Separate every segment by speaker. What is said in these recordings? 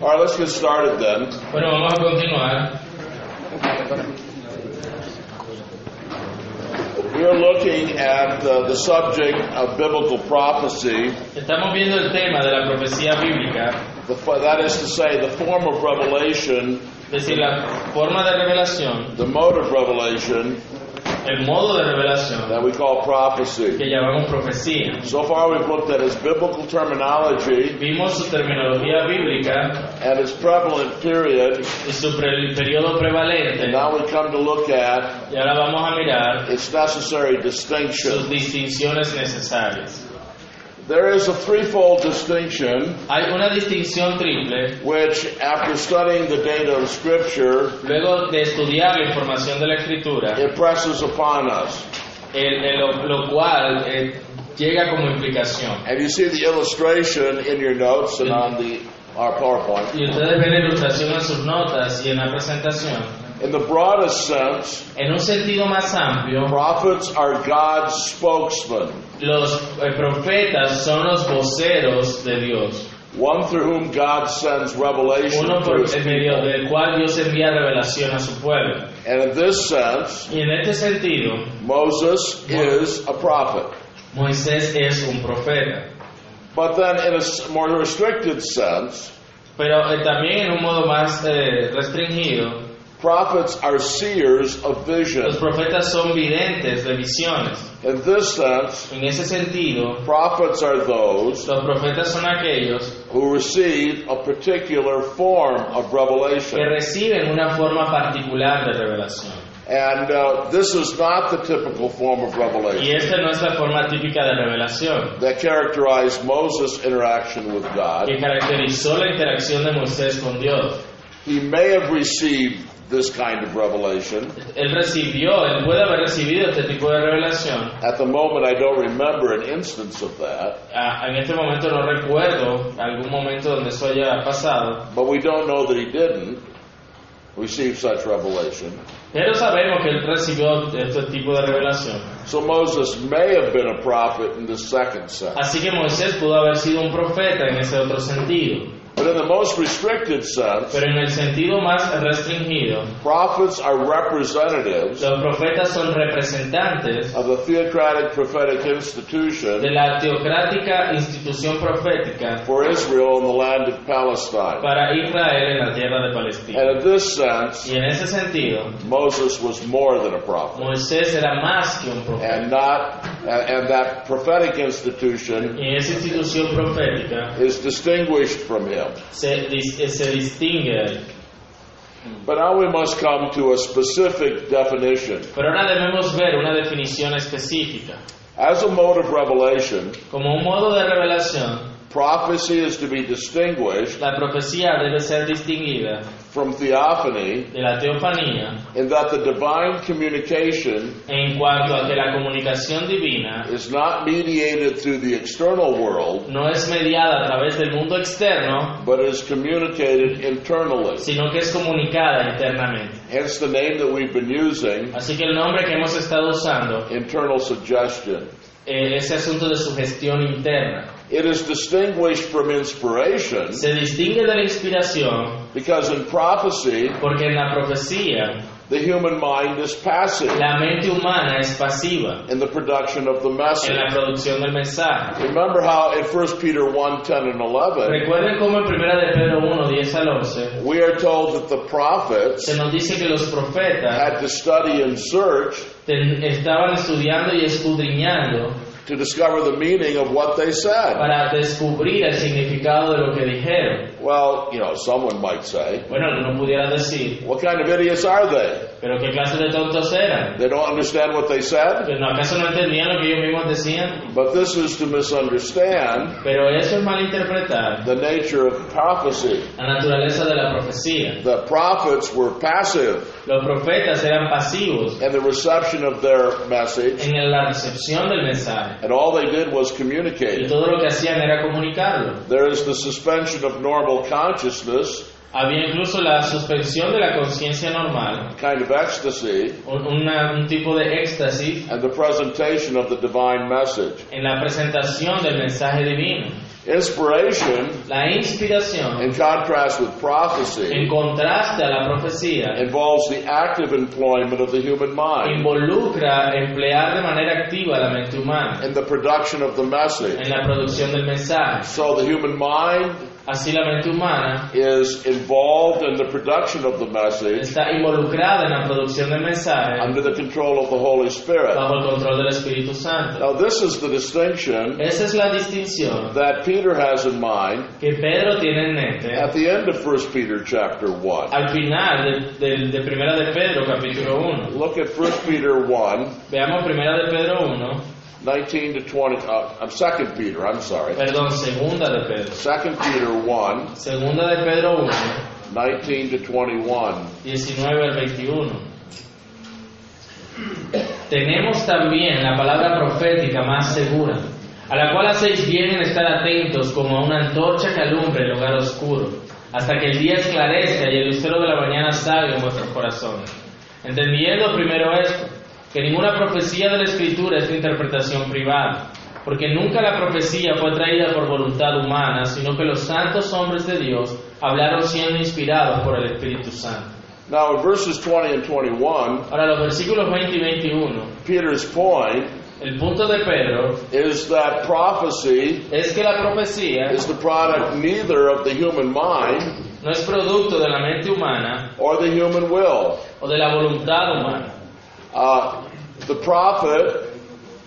Speaker 1: All right, let's get started then.
Speaker 2: Bueno, vamos a continuar.
Speaker 1: We are looking at uh, the subject of biblical prophecy,
Speaker 2: Estamos viendo el tema de la profecía bíblica,
Speaker 1: the, fo- that is to say, the form of revelation,
Speaker 2: es decir, la forma de revelación,
Speaker 1: the mode of revelation
Speaker 2: el modo de revelación
Speaker 1: that we call prophecy.
Speaker 2: que llamamos profecía.
Speaker 1: So far, we've looked at its biblical terminology
Speaker 2: Vimos su terminología bíblica
Speaker 1: and its prevalent period,
Speaker 2: y su pre- periodo prevalente.
Speaker 1: and now we come to look at
Speaker 2: Y ahora vamos a mirar
Speaker 1: its necessary distinction.
Speaker 2: sus distinciones necesarias.
Speaker 1: There is a threefold distinction
Speaker 2: Hay una distinción triple.
Speaker 1: which, after studying the data of Scripture,
Speaker 2: Luego de estudiar la información de la escritura,
Speaker 1: impresses upon us.
Speaker 2: el- el- lo, lo cual eh, llega como implicación.
Speaker 1: And you see the illustration in your notes and on the our PowerPoint.
Speaker 2: Y ustedes ven la ilustración en sus notas y en la presentación.
Speaker 1: In the broadest sense,
Speaker 2: En un sentido más amplio,
Speaker 1: prophets are God's spokesman,
Speaker 2: los eh, profetas son los voceros de Dios,
Speaker 1: one through whom God sends revelation
Speaker 2: uno
Speaker 1: to
Speaker 2: por
Speaker 1: his
Speaker 2: el medio
Speaker 1: people.
Speaker 2: del cual Dios envía revelación a su pueblo.
Speaker 1: And in this sense,
Speaker 2: Y en este sentido,
Speaker 1: Moses is a prophet.
Speaker 2: Moisés es un profeta.
Speaker 1: But then, in a s- more restricted sense,
Speaker 2: Pero eh, también en un modo más eh, restringido,
Speaker 1: prophets are seers of
Speaker 2: los
Speaker 1: vision.
Speaker 2: profetas son videntes de visiones.
Speaker 1: In this sense,
Speaker 2: En ese sentido,
Speaker 1: prophets are those
Speaker 2: los profetas son aquellos
Speaker 1: who receive a particular form of revelation.
Speaker 2: que reciben una forma particular de revelación.
Speaker 1: And uh, this is not the typical form of
Speaker 2: Y
Speaker 1: revelation
Speaker 2: esta no es la forma típica de revelación
Speaker 1: that characterized Moses' interaction with God.
Speaker 2: que caracterizó la interacción de Moisés con Dios.
Speaker 1: He may have received this kind of revelation.
Speaker 2: Él recibió, él puede haber recibido este tipo de revelación.
Speaker 1: At the moment, I don't remember an instance of that,
Speaker 2: Ah, en este momento no recuerdo algún momento donde eso haya pasado,
Speaker 1: but we don't know that he didn't receive such revelation.
Speaker 2: pero sabemos que él recibió este tipo de revelación.
Speaker 1: So Moses may have been a prophet in the second sense.
Speaker 2: Así que Moisés pudo haber sido un profeta en ese otro sentido,
Speaker 1: But in the most restricted sense,
Speaker 2: pero en el sentido más restringido,
Speaker 1: prophets are representatives
Speaker 2: los profetas son representantes
Speaker 1: of the theocratic prophetic
Speaker 2: de
Speaker 1: institution
Speaker 2: la teocrática institución profética
Speaker 1: for Israel in the land of Palestine.
Speaker 2: para Israel en la tierra de Palestina.
Speaker 1: And in this sense,
Speaker 2: Y en ese sentido,
Speaker 1: Moses was more than a prophet,
Speaker 2: Moisés era más que un profeta.
Speaker 1: and not, and that prophetic institution
Speaker 2: Y esa institución profética
Speaker 1: is distinguished from him.
Speaker 2: se, dis- eh, se distingue de él.
Speaker 1: But now we must come to a specific definition.
Speaker 2: Pero ahora debemos ver una definición específica.
Speaker 1: As a mode of revelation,
Speaker 2: Como un modo de revelación,
Speaker 1: prophecy is to be distinguished
Speaker 2: la profecía debe ser distinguida
Speaker 1: from theophany
Speaker 2: de la teofanía
Speaker 1: in that the divine communication
Speaker 2: en cuanto a que la comunicación divina
Speaker 1: is not mediated through the external world,
Speaker 2: no es mediada a través del mundo externo,
Speaker 1: but is communicated internally.
Speaker 2: sino que es comunicada internamente.
Speaker 1: Hence the name that we've been using,
Speaker 2: Así que el nombre que hemos estado usando
Speaker 1: internal suggestion.
Speaker 2: eh, ese asunto de sugestión interna.
Speaker 1: It is distinguished from inspiration
Speaker 2: Se distingue de la inspiración
Speaker 1: because in prophecy,
Speaker 2: porque en la profecía
Speaker 1: the human mind is passive
Speaker 2: la mente humana es pasiva
Speaker 1: in the production of the
Speaker 2: en
Speaker 1: message.
Speaker 2: la producción del mensaje.
Speaker 1: Remember how in 1 Peter 1 10 and 11,
Speaker 2: Recuerden cómo en 1 de Pedro 1, 10 al 11
Speaker 1: we are told that the prophets
Speaker 2: se nos dice que los profetas
Speaker 1: had to study and search
Speaker 2: ten- estaban estudiando y escudriñando
Speaker 1: to discover the meaning of what they said.
Speaker 2: para descubrir el significado de lo que dijeron.
Speaker 1: Well, you know, someone might say,
Speaker 2: Bueno, no pudiera decir,
Speaker 1: What kind of idiots are they?
Speaker 2: pero ¿qué clase de tontos eran?
Speaker 1: They don't understand what they said?
Speaker 2: Pues, ¿no, ¿Acaso no entendían lo que ellos mismos decían?
Speaker 1: But this is to misunderstand
Speaker 2: Pero eso es malinterpretar
Speaker 1: the nature of prophecy.
Speaker 2: la naturaleza de la profecía.
Speaker 1: The prophets were passive
Speaker 2: Los profetas eran pasivos
Speaker 1: in the reception of their message,
Speaker 2: en la recepción del mensaje
Speaker 1: and all they did was
Speaker 2: y
Speaker 1: communicate.
Speaker 2: todo lo que hacían era comunicarlo.
Speaker 1: There is the suspension of normal consciousness,
Speaker 2: Había incluso la suspensión de la conciencia normal,
Speaker 1: kind of ecstasy,
Speaker 2: un- una- un tipo de éxtasis
Speaker 1: and the presentation of the divine message.
Speaker 2: en la presentación del mensaje divino.
Speaker 1: Inspiration,
Speaker 2: La inspiración,
Speaker 1: in contrast with prophecy,
Speaker 2: en contraste a la profecía,
Speaker 1: involves the active employment of the human mind
Speaker 2: involucra emplear de manera activa la mente humana
Speaker 1: in the production of the message.
Speaker 2: en la producción del mensaje.
Speaker 1: So the human mind
Speaker 2: Así la mente humana
Speaker 1: is involved in the production of the message
Speaker 2: está involucrada en la producción del mensaje
Speaker 1: under the control of the Holy Spirit.
Speaker 2: bajo el control del Espíritu Santo.
Speaker 1: Now, this is the distinction
Speaker 2: Esa es la distinción
Speaker 1: that Peter has in mind
Speaker 2: que Pedro tiene en mente
Speaker 1: at the end of 1 Peter chapter 1.
Speaker 2: al final de, de- de Primera de Pedro, capítulo 1.
Speaker 1: Look at 1 Peter 1,
Speaker 2: Veamos Primera de Pedro 1,
Speaker 1: 19 to 20. Uh, I'm 2 Peter, I'm sorry.
Speaker 2: perdón, Segunda de Pedro.
Speaker 1: 2 Peter 1,
Speaker 2: Segunda de Pedro 1,
Speaker 1: 19 to 21.
Speaker 2: 19 al 21. Tenemos también la palabra profética más segura, a la cual hacéis bien en estar atentos como a una antorcha que alumbra el hogar oscuro, hasta que el día esclarezca y el lucero de la mañana salga en vuestros corazones. Entendiendo primero esto, que ninguna profecía de la Escritura es de interpretación privada, porque nunca la profecía fue traída por voluntad humana, sino que los santos hombres de Dios hablaron siendo inspirados por el Espíritu Santo.
Speaker 1: Now, in verses 20 and 21,
Speaker 2: Ahora, los versículos 20 y 21,
Speaker 1: Peter's point
Speaker 2: el punto de Pedro
Speaker 1: is that prophecy
Speaker 2: es que la profecía
Speaker 1: is the product neither of the human mind
Speaker 2: no es producto de la mente humana
Speaker 1: or the human will.
Speaker 2: o de la voluntad humana.
Speaker 1: Uh, the prophet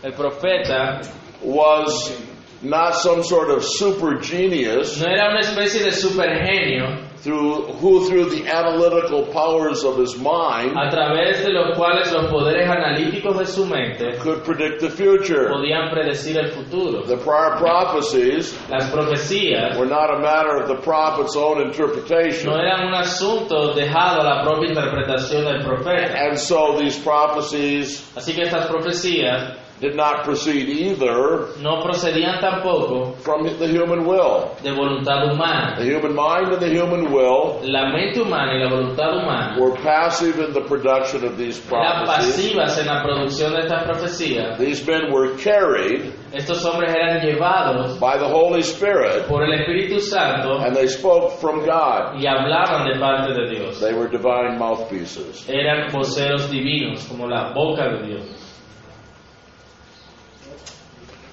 Speaker 2: El profeta
Speaker 1: was not some sort of super genius
Speaker 2: no era una especie de supergenio
Speaker 1: through who through the analytical powers of his mind
Speaker 2: a través de los cuales los poderes analíticos de su mente
Speaker 1: could predict the future.
Speaker 2: podían predecir el futuro.
Speaker 1: The prior prophecies
Speaker 2: Las profecías
Speaker 1: were not a matter of the prophet's own interpretation.
Speaker 2: no eran un asunto dejado a la propia interpretación del profeta.
Speaker 1: And so these prophecies
Speaker 2: Así que estas profecías
Speaker 1: did not proceed either
Speaker 2: no procedían tampoco
Speaker 1: from the human will.
Speaker 2: de voluntad humana.
Speaker 1: The human mind and the human will
Speaker 2: La mente humana y la voluntad humana
Speaker 1: were passive in the production of these
Speaker 2: eran
Speaker 1: prophecies.
Speaker 2: pasivas en la producción de estas profecías.
Speaker 1: These men were carried
Speaker 2: Estos hombres eran llevados
Speaker 1: by the Holy Spirit
Speaker 2: por el Espíritu Santo
Speaker 1: and they spoke from God.
Speaker 2: y hablaban de parte de Dios.
Speaker 1: They were divine mouthpieces.
Speaker 2: Eran voceros divinos, como la boca de Dios.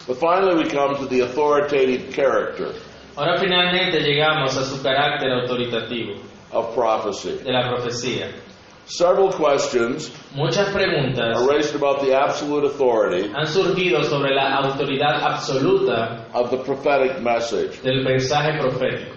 Speaker 1: But finally, we come to the authoritative character
Speaker 2: Ahora finalmente llegamos a su carácter autoritativo
Speaker 1: of prophecy.
Speaker 2: de la profecía.
Speaker 1: Several questions
Speaker 2: Muchas preguntas
Speaker 1: are raised about the absolute authority
Speaker 2: han surgido sobre la autoridad absoluta
Speaker 1: of the prophetic message.
Speaker 2: del mensaje profético.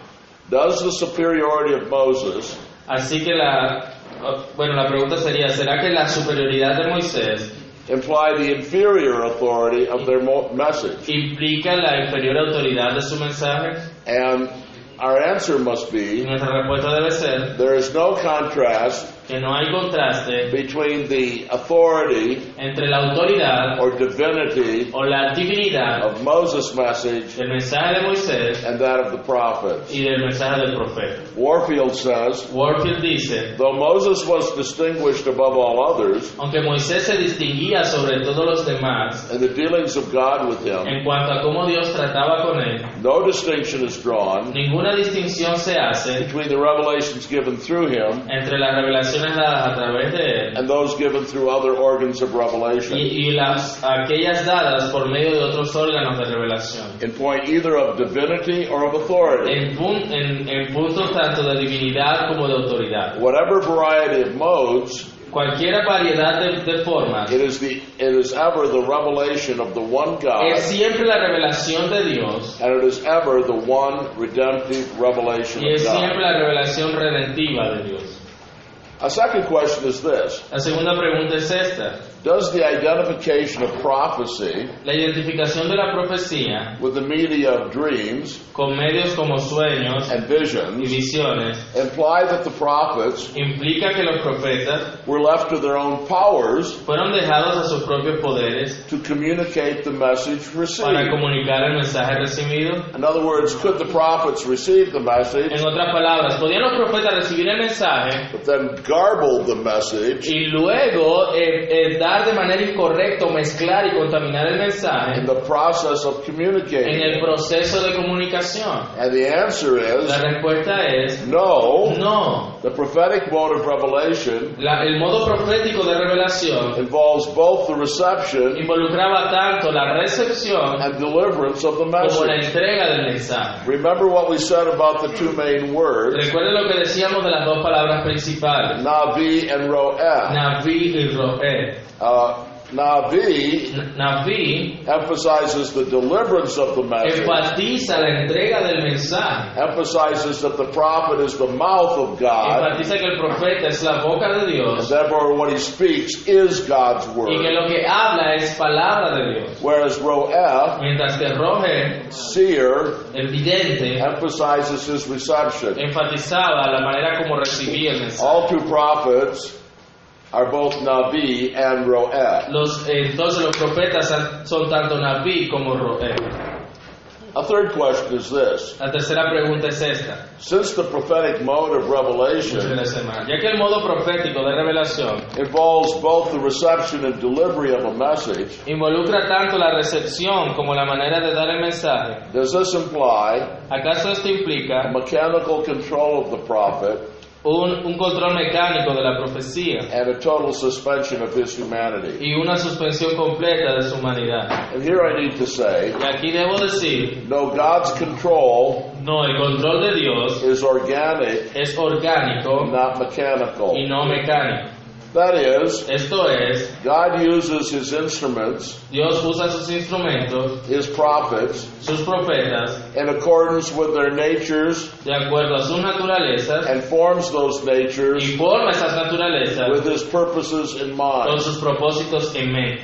Speaker 1: Does the superiority of Moses
Speaker 2: Así que la, oh, bueno, la pregunta sería, ¿será que la superioridad de Moisés
Speaker 1: imply the inferior authority of their mo- message?
Speaker 2: implica la inferior autoridad de su mensaje?
Speaker 1: And our answer must
Speaker 2: Y
Speaker 1: be
Speaker 2: nuestra respuesta debe ser
Speaker 1: there is no contrast
Speaker 2: que no hay contraste
Speaker 1: between the authority
Speaker 2: entre la autoridad
Speaker 1: or divinity
Speaker 2: o la divinidad
Speaker 1: of Moses' message
Speaker 2: del mensaje de Moisés
Speaker 1: and that of the prophets.
Speaker 2: y del mensaje del profeta.
Speaker 1: Warfield says,
Speaker 2: Warfield dice,
Speaker 1: though Moses was distinguished above all others
Speaker 2: aunque Moisés se distinguía sobre todos los demás
Speaker 1: in the dealings of God with him,
Speaker 2: en cuanto a cómo Dios trataba con él,
Speaker 1: no distinction is drawn
Speaker 2: ninguna distinción se hace
Speaker 1: between the revelations given through him
Speaker 2: entre las revelaciones dadas a través de él
Speaker 1: and those given through other organs of revelation
Speaker 2: y, y las aquellas dadas por medio de otros órganos de revelación.
Speaker 1: in point either of divinity or of authority.
Speaker 2: En, pun- en- en puntos tanto de divinidad como de autoridad.
Speaker 1: Whatever variety of modes,
Speaker 2: Cualquier variedad de, de formas
Speaker 1: it is the it is ever the revelation of the one God
Speaker 2: es siempre la revelación de Dios
Speaker 1: and it is ever the one redemptive revelation
Speaker 2: y
Speaker 1: of
Speaker 2: es siempre
Speaker 1: God.
Speaker 2: la revelación redentiva de Dios.
Speaker 1: A second question is this
Speaker 2: La segunda pregunta es esta.
Speaker 1: Does the identification of prophecy
Speaker 2: La identificación de la profecía
Speaker 1: with the media of dreams
Speaker 2: con medios como sueños
Speaker 1: and
Speaker 2: y
Speaker 1: visions
Speaker 2: visiones
Speaker 1: imply that the prophets
Speaker 2: implica que los profetas
Speaker 1: were left to their own powers
Speaker 2: fueron dejados a sus propios poderes
Speaker 1: to communicate the message
Speaker 2: para
Speaker 1: received?
Speaker 2: comunicar el mensaje recibido?
Speaker 1: In other words, could the prophets receive the message,
Speaker 2: En otras palabras, podían los profetas recibir el mensaje
Speaker 1: but then garble the message
Speaker 2: y luego eh, eh, trasladar de manera incorrecta, o mezclar y contaminar el mensaje
Speaker 1: in the process of
Speaker 2: en el
Speaker 1: communicating.
Speaker 2: proceso de comunicación.
Speaker 1: And the answer
Speaker 2: La
Speaker 1: is
Speaker 2: respuesta es
Speaker 1: no.
Speaker 2: no.
Speaker 1: The prophetic mode of revelation
Speaker 2: La- el modo profético de revelación
Speaker 1: involves both the reception
Speaker 2: involucraba tanto la recepción
Speaker 1: and deliverance of the
Speaker 2: como la
Speaker 1: message.
Speaker 2: entrega del mensaje.
Speaker 1: Remember what we said about the two main words,
Speaker 2: Recuerden lo que decíamos de las dos palabras principales,
Speaker 1: Navi and Ro'eh.
Speaker 2: Naví y Roé.
Speaker 1: Uh, Navi
Speaker 2: Naví
Speaker 1: emphasizes the deliverance of the message,
Speaker 2: enfatiza la entrega del mensaje,
Speaker 1: emphasizes that the prophet is the mouth of God,
Speaker 2: enfatiza que el profeta es la boca de
Speaker 1: and
Speaker 2: Dios
Speaker 1: therefore what he speaks is God's
Speaker 2: y que
Speaker 1: word.
Speaker 2: lo que habla es palabra de Dios.
Speaker 1: Whereas Ro'eh,
Speaker 2: Mientras que Roé,
Speaker 1: seer,
Speaker 2: el vidente,
Speaker 1: emphasizes his reception.
Speaker 2: enfatizaba la manera como recibía el mensaje.
Speaker 1: All two prophets are both Navi and Ro'eh.
Speaker 2: Los, eh, entonces los profetas son- son tanto Naví como Roé.
Speaker 1: A third question is this.
Speaker 2: La tercera pregunta es esta.
Speaker 1: Since the prophetic mode of
Speaker 2: de
Speaker 1: revelation
Speaker 2: la semana. Ya que el modo profético de revelación
Speaker 1: involves both the reception and delivery of a message,
Speaker 2: involucra tanto la recepción como la manera de dar el mensaje,
Speaker 1: does this imply
Speaker 2: ¿acaso esto
Speaker 1: a
Speaker 2: implica
Speaker 1: mechanical control of the prophet
Speaker 2: un, un control mecánico de la profecía
Speaker 1: and a total suspension of his humanity?
Speaker 2: y una suspensión completa de su humanidad?
Speaker 1: And here I need to say,
Speaker 2: Y aquí debo decir,
Speaker 1: no, God's control
Speaker 2: no, el control de Dios
Speaker 1: is organic,
Speaker 2: es orgánico
Speaker 1: not
Speaker 2: y
Speaker 1: mechanical.
Speaker 2: no mecánico.
Speaker 1: That is,
Speaker 2: Esto es,
Speaker 1: God uses his instruments,
Speaker 2: Dios usa sus instrumentos,
Speaker 1: his prophets,
Speaker 2: sus profetas,
Speaker 1: in accordance with their natures
Speaker 2: de acuerdo a sus naturalezas
Speaker 1: and forms those natures
Speaker 2: y forma esas naturalezas
Speaker 1: with his purposes in mind.
Speaker 2: con sus propósitos en mente.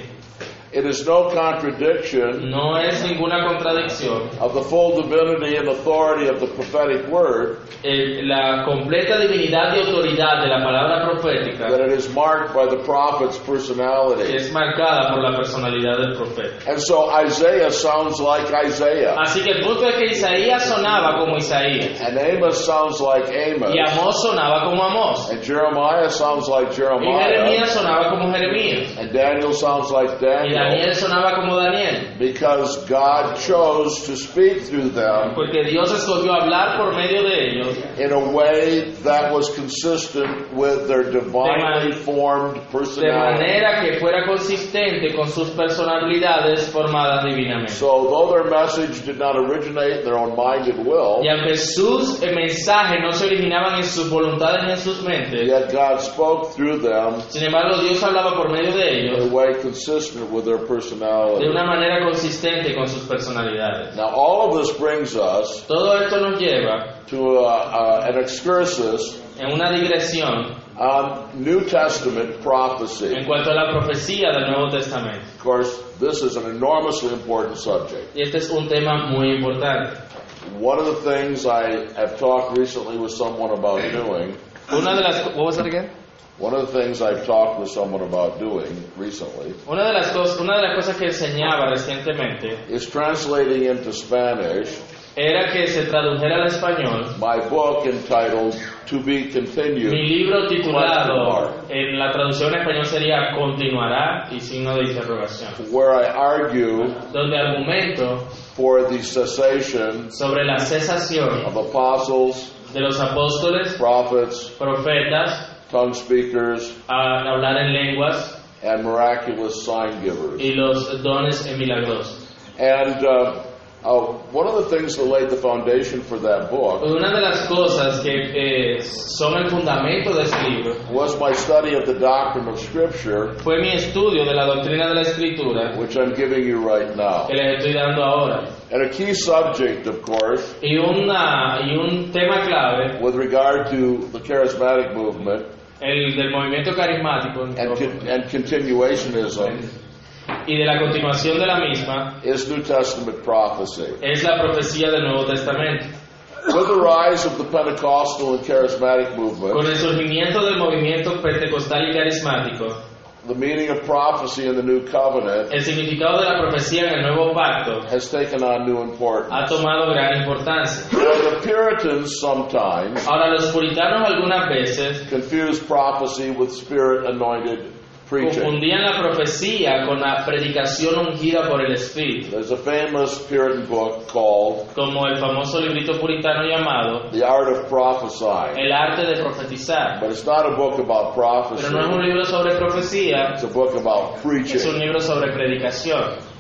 Speaker 1: It is no contradiction
Speaker 2: No es ninguna contradicción.
Speaker 1: of the full divinity and authority of the prophetic word
Speaker 2: Eh, la completa divinidad y autoridad de la palabra
Speaker 1: that
Speaker 2: profética
Speaker 1: it is marked by the prophet's personality.
Speaker 2: es marcada por la personalidad del profeta.
Speaker 1: And so Isaiah sounds like Isaiah,
Speaker 2: Así que el punto es que Isaías sonaba como Isaías,
Speaker 1: and Amos sounds like Amos,
Speaker 2: y Amós sonaba como Amós,
Speaker 1: and Jeremiah sounds like
Speaker 2: y Jeremías
Speaker 1: Jeremiah,
Speaker 2: sonaba como Jeremías,
Speaker 1: and Daniel sounds like
Speaker 2: y
Speaker 1: Daniel,
Speaker 2: Daniel sonaba como Daniel,
Speaker 1: because God chose to speak through them
Speaker 2: porque Dios escogió hablar por medio de ellos
Speaker 1: in a way that was consistent with their divinely formed
Speaker 2: de
Speaker 1: personality.
Speaker 2: manera que fuera consistente con sus personalidades formadas divinamente.
Speaker 1: So, though their message did not originate in their own mind and will,
Speaker 2: Y aunque sus eh, mensajes no se originaban en sus voluntades ni en sus mentes,
Speaker 1: yet God spoke through them
Speaker 2: sin embargo Dios hablaba por medio de
Speaker 1: in a
Speaker 2: ellos
Speaker 1: way consistent with their
Speaker 2: de
Speaker 1: personality.
Speaker 2: una manera consistente con sus personalidades.
Speaker 1: Now, all of this brings us
Speaker 2: Todo esto nos lleva
Speaker 1: to uh, uh, an excursus
Speaker 2: en una digresión
Speaker 1: on New Testament prophecy.
Speaker 2: en cuanto a la profecía del Nuevo Testamento.
Speaker 1: Of course, this is an enormously important subject.
Speaker 2: Y este es un tema muy importante.
Speaker 1: One of the things I have talked recently with someone about doing,
Speaker 2: Una de las, co- what was that again?
Speaker 1: one of the things I've talked with someone about doing recently,
Speaker 2: una de las cosas, una de las cosas que enseñaba recientemente
Speaker 1: is translating into Spanish
Speaker 2: era que se tradujera al español
Speaker 1: my book entitled To Be
Speaker 2: mi
Speaker 1: Continued.
Speaker 2: libro titulado en la traducción en español sería continuará y signo de interrogación.
Speaker 1: where I argue
Speaker 2: donde argumento
Speaker 1: for the cessation
Speaker 2: sobre la cesación
Speaker 1: of apostles,
Speaker 2: de los apóstoles,
Speaker 1: prophets,
Speaker 2: profetas,
Speaker 1: tongue speakers,
Speaker 2: a hablar en lenguas
Speaker 1: and miraculous sign givers.
Speaker 2: y los dones en milagros.
Speaker 1: And uh, uh, one of the things that laid the foundation for that book
Speaker 2: Una de las cosas que eh, son el fundamento de este libro
Speaker 1: was my study of the doctrine of Scripture,
Speaker 2: fue mi estudio de la doctrina de la escritura
Speaker 1: which I'm giving you right now.
Speaker 2: que les estoy dando ahora.
Speaker 1: And a key subject, of course,
Speaker 2: Y, una, y un tema clave,
Speaker 1: with regard to the charismatic movement
Speaker 2: el del movimiento carismático
Speaker 1: and, con- and continuationism,
Speaker 2: y de la continuación de la misma,
Speaker 1: is New Testament prophecy.
Speaker 2: es la profecía del Nuevo Testamento.
Speaker 1: With the rise of the Pentecostal and charismatic movement,
Speaker 2: Con el surgimiento del movimiento pentecostal y carismático,
Speaker 1: the meaning of prophecy in the new covenant
Speaker 2: el significado de la profecía en el nuevo pacto
Speaker 1: has taken on new importance.
Speaker 2: ha tomado gran importancia.
Speaker 1: Now, the Puritans sometimes
Speaker 2: Ahora, los puritanos algunas veces
Speaker 1: confused prophecy with spirit anointed preaching.
Speaker 2: Confundían la profecía con la predicación ungida por el Espíritu,
Speaker 1: There's a famous Puritan book called
Speaker 2: como el famoso librito puritano llamado
Speaker 1: The Art of Prophesying.
Speaker 2: El arte de profetizar.
Speaker 1: But it's not a book about
Speaker 2: Pero no es un
Speaker 1: prophecy,
Speaker 2: libro sobre profecía,
Speaker 1: it's a book about
Speaker 2: es un
Speaker 1: preaching.
Speaker 2: libro sobre predicación.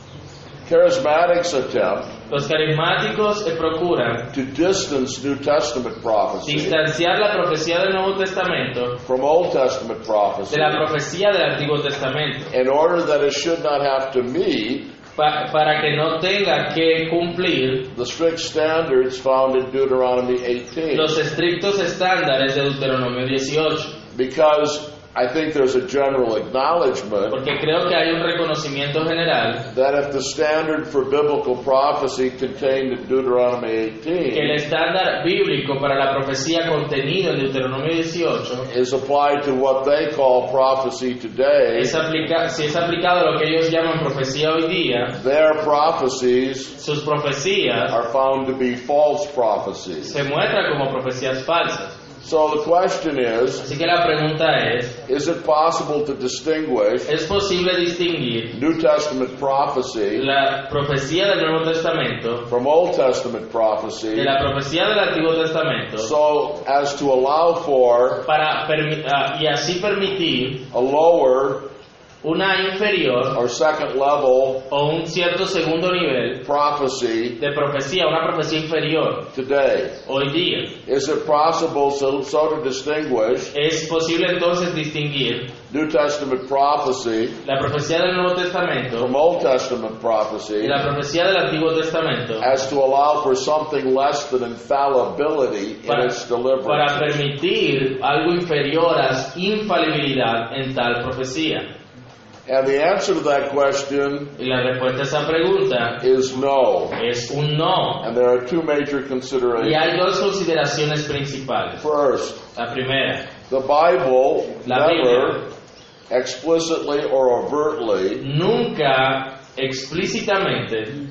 Speaker 1: Charismatics attempt
Speaker 2: Los carismáticos eh, procuran
Speaker 1: to distance New Testament prophecy
Speaker 2: distanciar la profecía del Nuevo Testamento
Speaker 1: from Old Testament
Speaker 2: de
Speaker 1: prophecy
Speaker 2: la profecía del Antiguo Testamento,
Speaker 1: in order that it should not have to meet
Speaker 2: pa- para que no tenga que cumplir
Speaker 1: the strict standards found in Deuteronomy 18.
Speaker 2: los estrictos estándares de Deuteronomio 18,
Speaker 1: Because I think there's a general acknowledgement
Speaker 2: porque creo que hay un reconocimiento general
Speaker 1: that if the standard for biblical prophecy contained in Deuteronomy
Speaker 2: que
Speaker 1: 18
Speaker 2: el estándar bíblico para la profecía contenido en Deuteronomio 18
Speaker 1: is applied to what they call prophecy today,
Speaker 2: es aplica- si es aplicado a lo que ellos llaman profecía hoy día,
Speaker 1: their prophecies
Speaker 2: sus profecías
Speaker 1: are found to be false prophecies.
Speaker 2: se muestran como profecías falsas.
Speaker 1: So the question is,
Speaker 2: Así que la pregunta es,
Speaker 1: is it possible to distinguish
Speaker 2: ¿es posible distinguir
Speaker 1: New Testament prophecy
Speaker 2: la profecía del Nuevo Testamento
Speaker 1: from Old Testament
Speaker 2: de
Speaker 1: prophecy
Speaker 2: la profecía del Antiguo Testamento
Speaker 1: so as to allow for
Speaker 2: para permi- ah, y así permitir
Speaker 1: a lower
Speaker 2: una inferior
Speaker 1: or second level
Speaker 2: o un cierto segundo nivel
Speaker 1: prophecy
Speaker 2: de profecía, una profecía inferior
Speaker 1: today?
Speaker 2: hoy día?
Speaker 1: Is it possible so, so to distinguish
Speaker 2: Es posible entonces distinguir
Speaker 1: New Testament prophecy
Speaker 2: la profecía del Nuevo Testamento
Speaker 1: from Old Testament
Speaker 2: y
Speaker 1: prophecy
Speaker 2: la profecía del Antiguo Testamento
Speaker 1: as to allow for something less than infallibility in
Speaker 2: Para-
Speaker 1: its deliverance?
Speaker 2: para permitir algo inferior a infalibilidad en tal profecía?
Speaker 1: And the answer to that question
Speaker 2: Y la respuesta a esa pregunta
Speaker 1: is no.
Speaker 2: es un no.
Speaker 1: And there are two major
Speaker 2: Y
Speaker 1: considerations.
Speaker 2: hay dos consideraciones principales.
Speaker 1: First,
Speaker 2: La primera,
Speaker 1: the Bible
Speaker 2: La
Speaker 1: never explicitly or overtly
Speaker 2: nunca explícitamente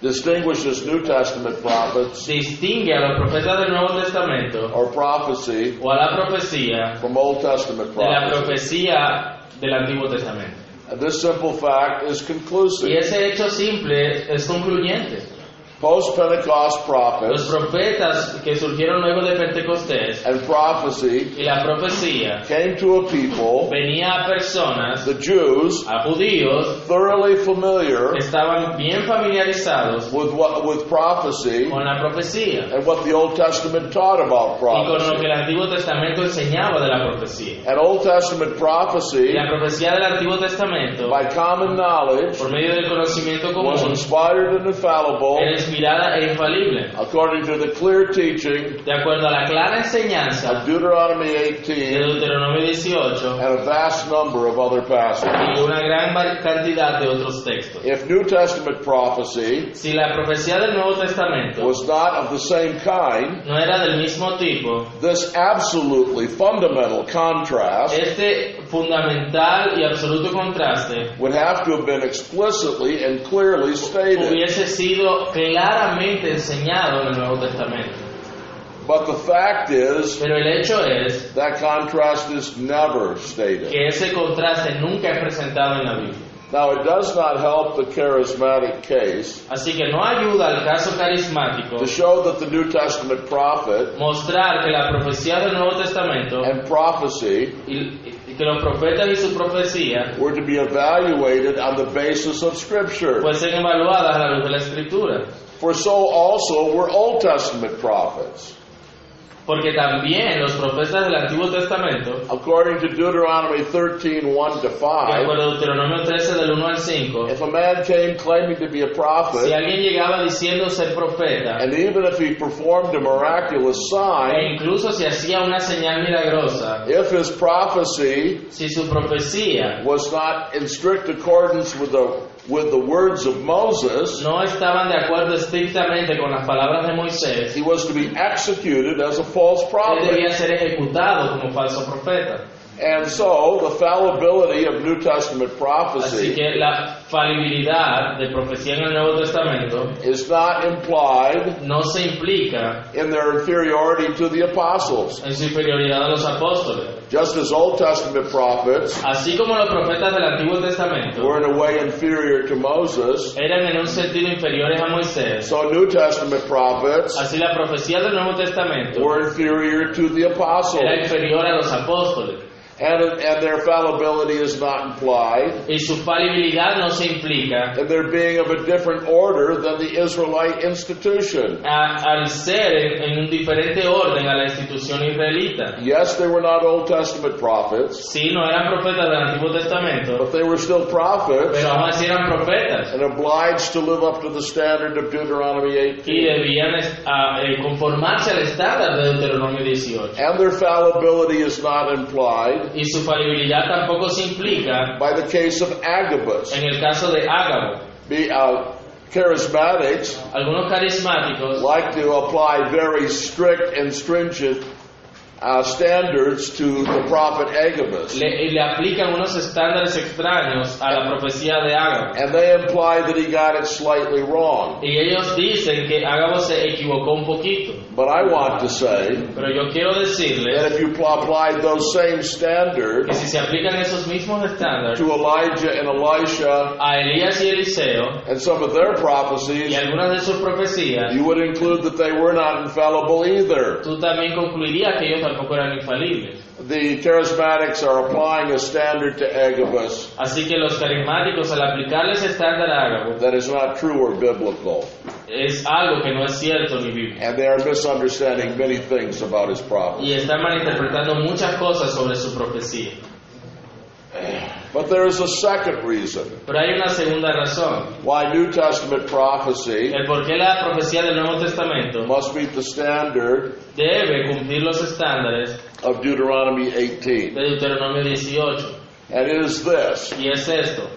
Speaker 1: distinguishes New Testament prophets
Speaker 2: distingue a los profetas del Nuevo Testamento
Speaker 1: or prophecy
Speaker 2: o a la profecía
Speaker 1: from Old Testament
Speaker 2: de la
Speaker 1: prophecy.
Speaker 2: profecía del Antiguo Testamento.
Speaker 1: And This simple fact is
Speaker 2: Y
Speaker 1: conclusive.
Speaker 2: ese hecho simple es concluyente.
Speaker 1: Post Pentecost
Speaker 2: Los
Speaker 1: prophets
Speaker 2: profetas que surgieron luego de Pentecostés
Speaker 1: and prophecy
Speaker 2: y la profecía
Speaker 1: came to a people,
Speaker 2: venía a personas,
Speaker 1: the Jews,
Speaker 2: a judíos,
Speaker 1: thoroughly familiar
Speaker 2: que estaban bien familiarizados
Speaker 1: with what with prophecy
Speaker 2: con la profecía
Speaker 1: and what the Old Testament taught about
Speaker 2: y con lo que
Speaker 1: prophecy.
Speaker 2: el Antiguo Testamento enseñaba de la profecía.
Speaker 1: And Old Testament
Speaker 2: Y
Speaker 1: prophecy,
Speaker 2: la profecía del Antiguo Testamento,
Speaker 1: by common knowledge,
Speaker 2: por medio del conocimiento
Speaker 1: was
Speaker 2: común,
Speaker 1: inspired and
Speaker 2: era
Speaker 1: infallible
Speaker 2: inspirada e infalible.
Speaker 1: according to the clear teaching
Speaker 2: De acuerdo a la clara
Speaker 1: of
Speaker 2: enseñanza
Speaker 1: Deuteronomy
Speaker 2: de
Speaker 1: 18
Speaker 2: Deuteronomio 18
Speaker 1: and a vast number of other passages.
Speaker 2: y una gran va- cantidad de otros textos.
Speaker 1: If New Testament prophecy
Speaker 2: Si la profecía del Nuevo Testamento
Speaker 1: was not of the same kind,
Speaker 2: no era del mismo tipo,
Speaker 1: this absolutely fundamental contrast
Speaker 2: este fundamental y absoluto contraste
Speaker 1: would have to have been explicitly and clearly stated.
Speaker 2: hubiese sido claramente enseñado en el Nuevo Testamento.
Speaker 1: But the fact is,
Speaker 2: Pero el hecho es
Speaker 1: that contrast is never stated.
Speaker 2: que ese contraste nunca es presentado en la Biblia.
Speaker 1: Now, it does not help the charismatic case
Speaker 2: Así que no ayuda al caso carismático
Speaker 1: to show that the New Testament prophet
Speaker 2: mostrar que la profecía del Nuevo Testamento
Speaker 1: and prophecy
Speaker 2: y, y que los profetas y su profecía
Speaker 1: were to be evaluated on the basis of Scripture.
Speaker 2: fuesen evaluadas a la luz de la Escritura.
Speaker 1: For so also were Old Testament prophets.
Speaker 2: Porque también los profetas del Antiguo Testamento
Speaker 1: According to Deuteronomy 13, 1 to
Speaker 2: De
Speaker 1: 5,
Speaker 2: acuerdo a Deuteronomio 13 del 1 al 5,
Speaker 1: if a man came claiming to be a
Speaker 2: si
Speaker 1: prophet,
Speaker 2: alguien llegaba diciendo ser profeta,
Speaker 1: and even if he performed a miraculous sign,
Speaker 2: e incluso si hacía una señal milagrosa,
Speaker 1: if his prophecy
Speaker 2: si su profecía
Speaker 1: was not in strict accordance with the with the words of Moses,
Speaker 2: no estaban de acuerdo estrictamente con las palabras de Moisés,
Speaker 1: he was to be executed as a false
Speaker 2: él
Speaker 1: prophet.
Speaker 2: debía ser ejecutado como falso profeta.
Speaker 1: And so the fallibility of New Testament
Speaker 2: Así
Speaker 1: prophecy
Speaker 2: que la falibilidad de profecía en el Nuevo Testamento
Speaker 1: is not implied
Speaker 2: no se implica
Speaker 1: in their inferiority to the apostles.
Speaker 2: en su inferioridad a los apóstoles.
Speaker 1: Just as Old Testament prophets
Speaker 2: Así como los profetas del Antiguo Testamento
Speaker 1: were in a way inferior to Moses,
Speaker 2: eran en un sentido inferiores a Moisés,
Speaker 1: so New Testament prophets
Speaker 2: así la profecía del Nuevo Testamento
Speaker 1: were inferior to the
Speaker 2: era
Speaker 1: apostles.
Speaker 2: inferior a los apóstoles
Speaker 1: And, and their fallibility is not implied
Speaker 2: y su falibilidad no se implica
Speaker 1: in their being of a different order than the Israelite institution.
Speaker 2: a- al ser en, en un diferente orden a la institución israelita.
Speaker 1: Yes, they were not Old Testament prophets,
Speaker 2: Sí, no eran profetas del Antiguo Testamento,
Speaker 1: but they were still prophets
Speaker 2: pero aún así eran profetas
Speaker 1: and obliged to live up to the standard of Deuteronomy
Speaker 2: y
Speaker 1: 18.
Speaker 2: debían es- a- eh, conformarse al estándar de Deuteronomio 18.
Speaker 1: And their fallibility is not implied
Speaker 2: Y su falibilidad tampoco se implica
Speaker 1: by the case of Agabus.
Speaker 2: en el caso de Ágabo.
Speaker 1: The uh, charismatics
Speaker 2: Algunos carismáticos
Speaker 1: like to apply very strict and stringent uh, standards to the prophet Agabus.
Speaker 2: le, le aplican unos estándares extraños a la profecía de Ágabo.
Speaker 1: And they imply that he got it slightly wrong.
Speaker 2: Y ellos dicen que Ágabo se equivocó un poquito.
Speaker 1: But I want to say
Speaker 2: Pero yo quiero decirles
Speaker 1: that if you pl- apply those same
Speaker 2: que
Speaker 1: standards
Speaker 2: si se aplican esos mismos estándares
Speaker 1: to Elijah and Elisha
Speaker 2: a Elías y Eliseo
Speaker 1: and some of their
Speaker 2: y
Speaker 1: prophecies,
Speaker 2: algunas de sus profecías,
Speaker 1: you would include that they were not infallible either.
Speaker 2: tú también concluirías que ellos tampoco eran infalibles.
Speaker 1: The charismatics are applying a standard to Agabus
Speaker 2: Así que los carismáticos al aplicarles este estándar a Ágabo
Speaker 1: that is not true or biblical,
Speaker 2: es algo que no es cierto ni bíblico
Speaker 1: and they are misunderstanding many things about his prophecy.
Speaker 2: y están malinterpretando muchas cosas sobre su profecía.
Speaker 1: But there is a second reason
Speaker 2: Pero hay una segunda razón,
Speaker 1: why New Testament prophecy
Speaker 2: el por qué la profecía del Nuevo Testamento
Speaker 1: must meet the standard
Speaker 2: debe cumplir los estándares
Speaker 1: of Deuteronomy
Speaker 2: de
Speaker 1: 18,
Speaker 2: Deuteronomio 18.
Speaker 1: and it is this.
Speaker 2: Y es esto,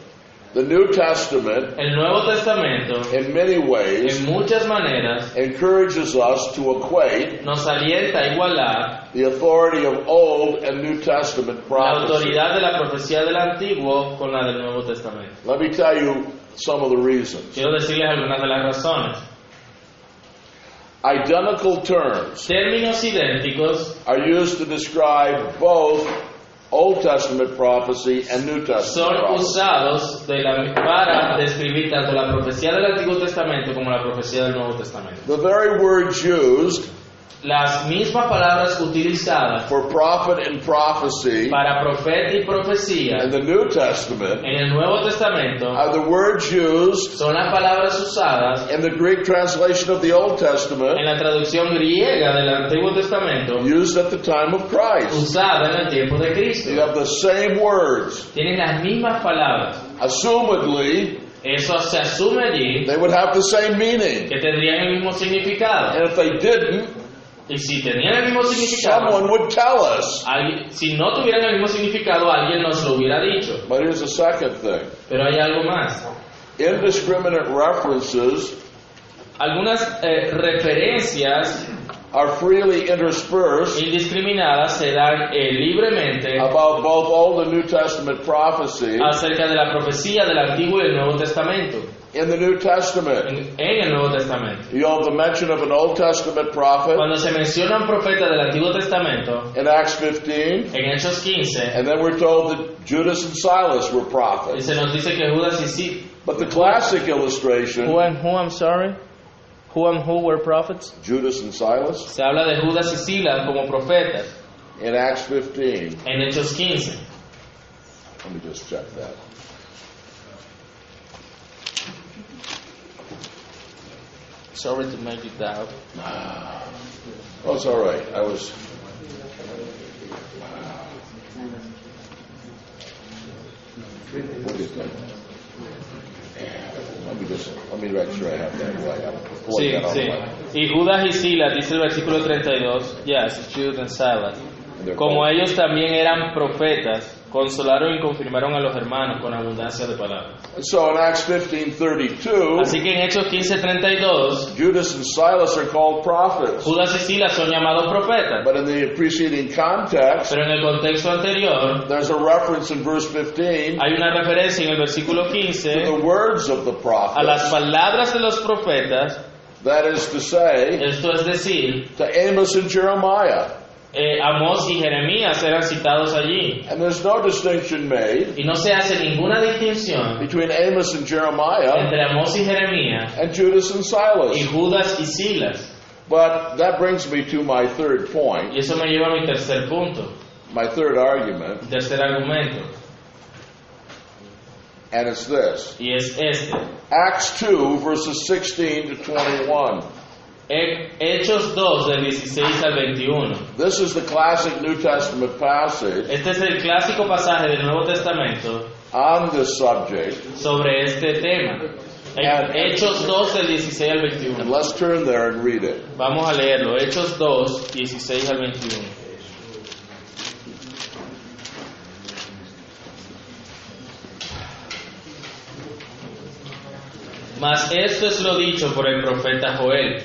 Speaker 1: The New Testament,
Speaker 2: el Nuevo Testamento
Speaker 1: in many ways,
Speaker 2: en muchas maneras
Speaker 1: encourages us to equate
Speaker 2: nos alienta a igualar
Speaker 1: the authority of Old and New Testament
Speaker 2: la
Speaker 1: prophecy.
Speaker 2: autoridad de la profecía del Antiguo con la del Nuevo Testamento.
Speaker 1: Let me tell you some of the reasons.
Speaker 2: Quiero decirles algunas de las razones.
Speaker 1: Identical terms
Speaker 2: Términos idénticos
Speaker 1: are used to describe both Old Testament prophecy and New Testament
Speaker 2: son
Speaker 1: prophecy.
Speaker 2: usados de la- para describir tanto la profecía del Antiguo Testamento como la profecía del Nuevo Testamento.
Speaker 1: The very words used
Speaker 2: Las mismas palabras utilizadas
Speaker 1: for prophet and prophecy
Speaker 2: para profeta y
Speaker 1: in
Speaker 2: profecía
Speaker 1: the New Testament
Speaker 2: en el Nuevo Testamento
Speaker 1: are the words used
Speaker 2: son las palabras usadas
Speaker 1: in the Greek translation of the Old
Speaker 2: en
Speaker 1: Testament
Speaker 2: la traducción griega del Antiguo Testamento
Speaker 1: used at the time of Christ.
Speaker 2: usada en el tiempo de
Speaker 1: You
Speaker 2: Cristo.
Speaker 1: have the same words.
Speaker 2: Tienen las mismas palabras.
Speaker 1: Assumedly,
Speaker 2: Eso se asume allí
Speaker 1: they would have the same meaning.
Speaker 2: que tendrían el mismo significado.
Speaker 1: And if they didn't,
Speaker 2: Y si tenían el mismo significado,
Speaker 1: someone would tell us.
Speaker 2: alguien- si no tuvieran el mismo significado, alguien nos lo hubiera dicho.
Speaker 1: But here's the second thing
Speaker 2: Pero hay algo más.
Speaker 1: indiscriminate references
Speaker 2: Algunas eh, referencias
Speaker 1: are freely interspersed
Speaker 2: indiscriminadas se dan eh, libremente
Speaker 1: about both Old and New Testament prophecy
Speaker 2: acerca de la profecía del Antiguo y del Nuevo Testamento.
Speaker 1: in the New Testament.
Speaker 2: En, en el Nuevo Testamento.
Speaker 1: You have the mention of an Old Testament prophet
Speaker 2: Cuando se menciona un profeta del Antiguo Testamento,
Speaker 1: in Acts 15,
Speaker 2: en Hechos 15,
Speaker 1: and then we're told that Judas and Silas were prophets.
Speaker 2: se nos dice que Judas y sí,
Speaker 1: But the classic illustration,
Speaker 2: Who and who, I'm sorry? Who and who were prophets?
Speaker 1: Judas and Silas,
Speaker 2: Se habla de Judas y Silas como profetas
Speaker 1: in Acts 15,
Speaker 2: en Hechos 15.
Speaker 1: Let me just check that.
Speaker 2: Sorry to make it doubt.
Speaker 1: Oh, it's all right. I was. What is that? Let me just let me make sure I have that right. I'm pulling
Speaker 2: Sí,
Speaker 1: that out of
Speaker 2: sí.
Speaker 1: my-
Speaker 2: Y Judas y Silas, dice el versículo 32, yes, Judas and Silas,
Speaker 1: They're
Speaker 2: como
Speaker 1: both-
Speaker 2: ellos también eran profetas, consolaron y confirmaron a los hermanos con abundancia de palabras.
Speaker 1: So in Acts 15:32,
Speaker 2: Así que en Hechos 15:32,
Speaker 1: Judas and Silas are called prophets.
Speaker 2: Judas y Silas son llamados profetas,
Speaker 1: But in the preceding context,
Speaker 2: pero en el contexto anterior
Speaker 1: there's a reference in verse 15
Speaker 2: hay una referencia en el versículo 15
Speaker 1: to the words of the
Speaker 2: a las
Speaker 1: prophets.
Speaker 2: palabras de los profetas,
Speaker 1: That is to say,
Speaker 2: esto es decir,
Speaker 1: to Amos and Jeremiah.
Speaker 2: eh, Amós y Jeremías eran citados allí.
Speaker 1: And there's no distinction made
Speaker 2: Y no se hace ninguna distinción
Speaker 1: between Amos and Jeremiah
Speaker 2: entre Amós y Jeremías
Speaker 1: and Judas and
Speaker 2: y
Speaker 1: Silas.
Speaker 2: Judas y Silas.
Speaker 1: But that brings me to my third point,
Speaker 2: Y eso me lleva a mi tercer punto,
Speaker 1: my third argument,
Speaker 2: mi tercer argumento,
Speaker 1: and it's this.
Speaker 2: y es este.
Speaker 1: Acts 2, verses 16 to 21.
Speaker 2: He- E, Hechos 2 del 16 al 21.
Speaker 1: This is the classic New Testament passage
Speaker 2: Este es el clásico pasaje del Nuevo Testamento
Speaker 1: on this subject.
Speaker 2: sobre este tema. He- Hechos 2 del 16 al
Speaker 1: And
Speaker 2: 21.
Speaker 1: let's turn there and read it.
Speaker 2: Vamos a leerlo. Hechos 2, 16 al 21. Mas esto es lo dicho por el profeta Joel.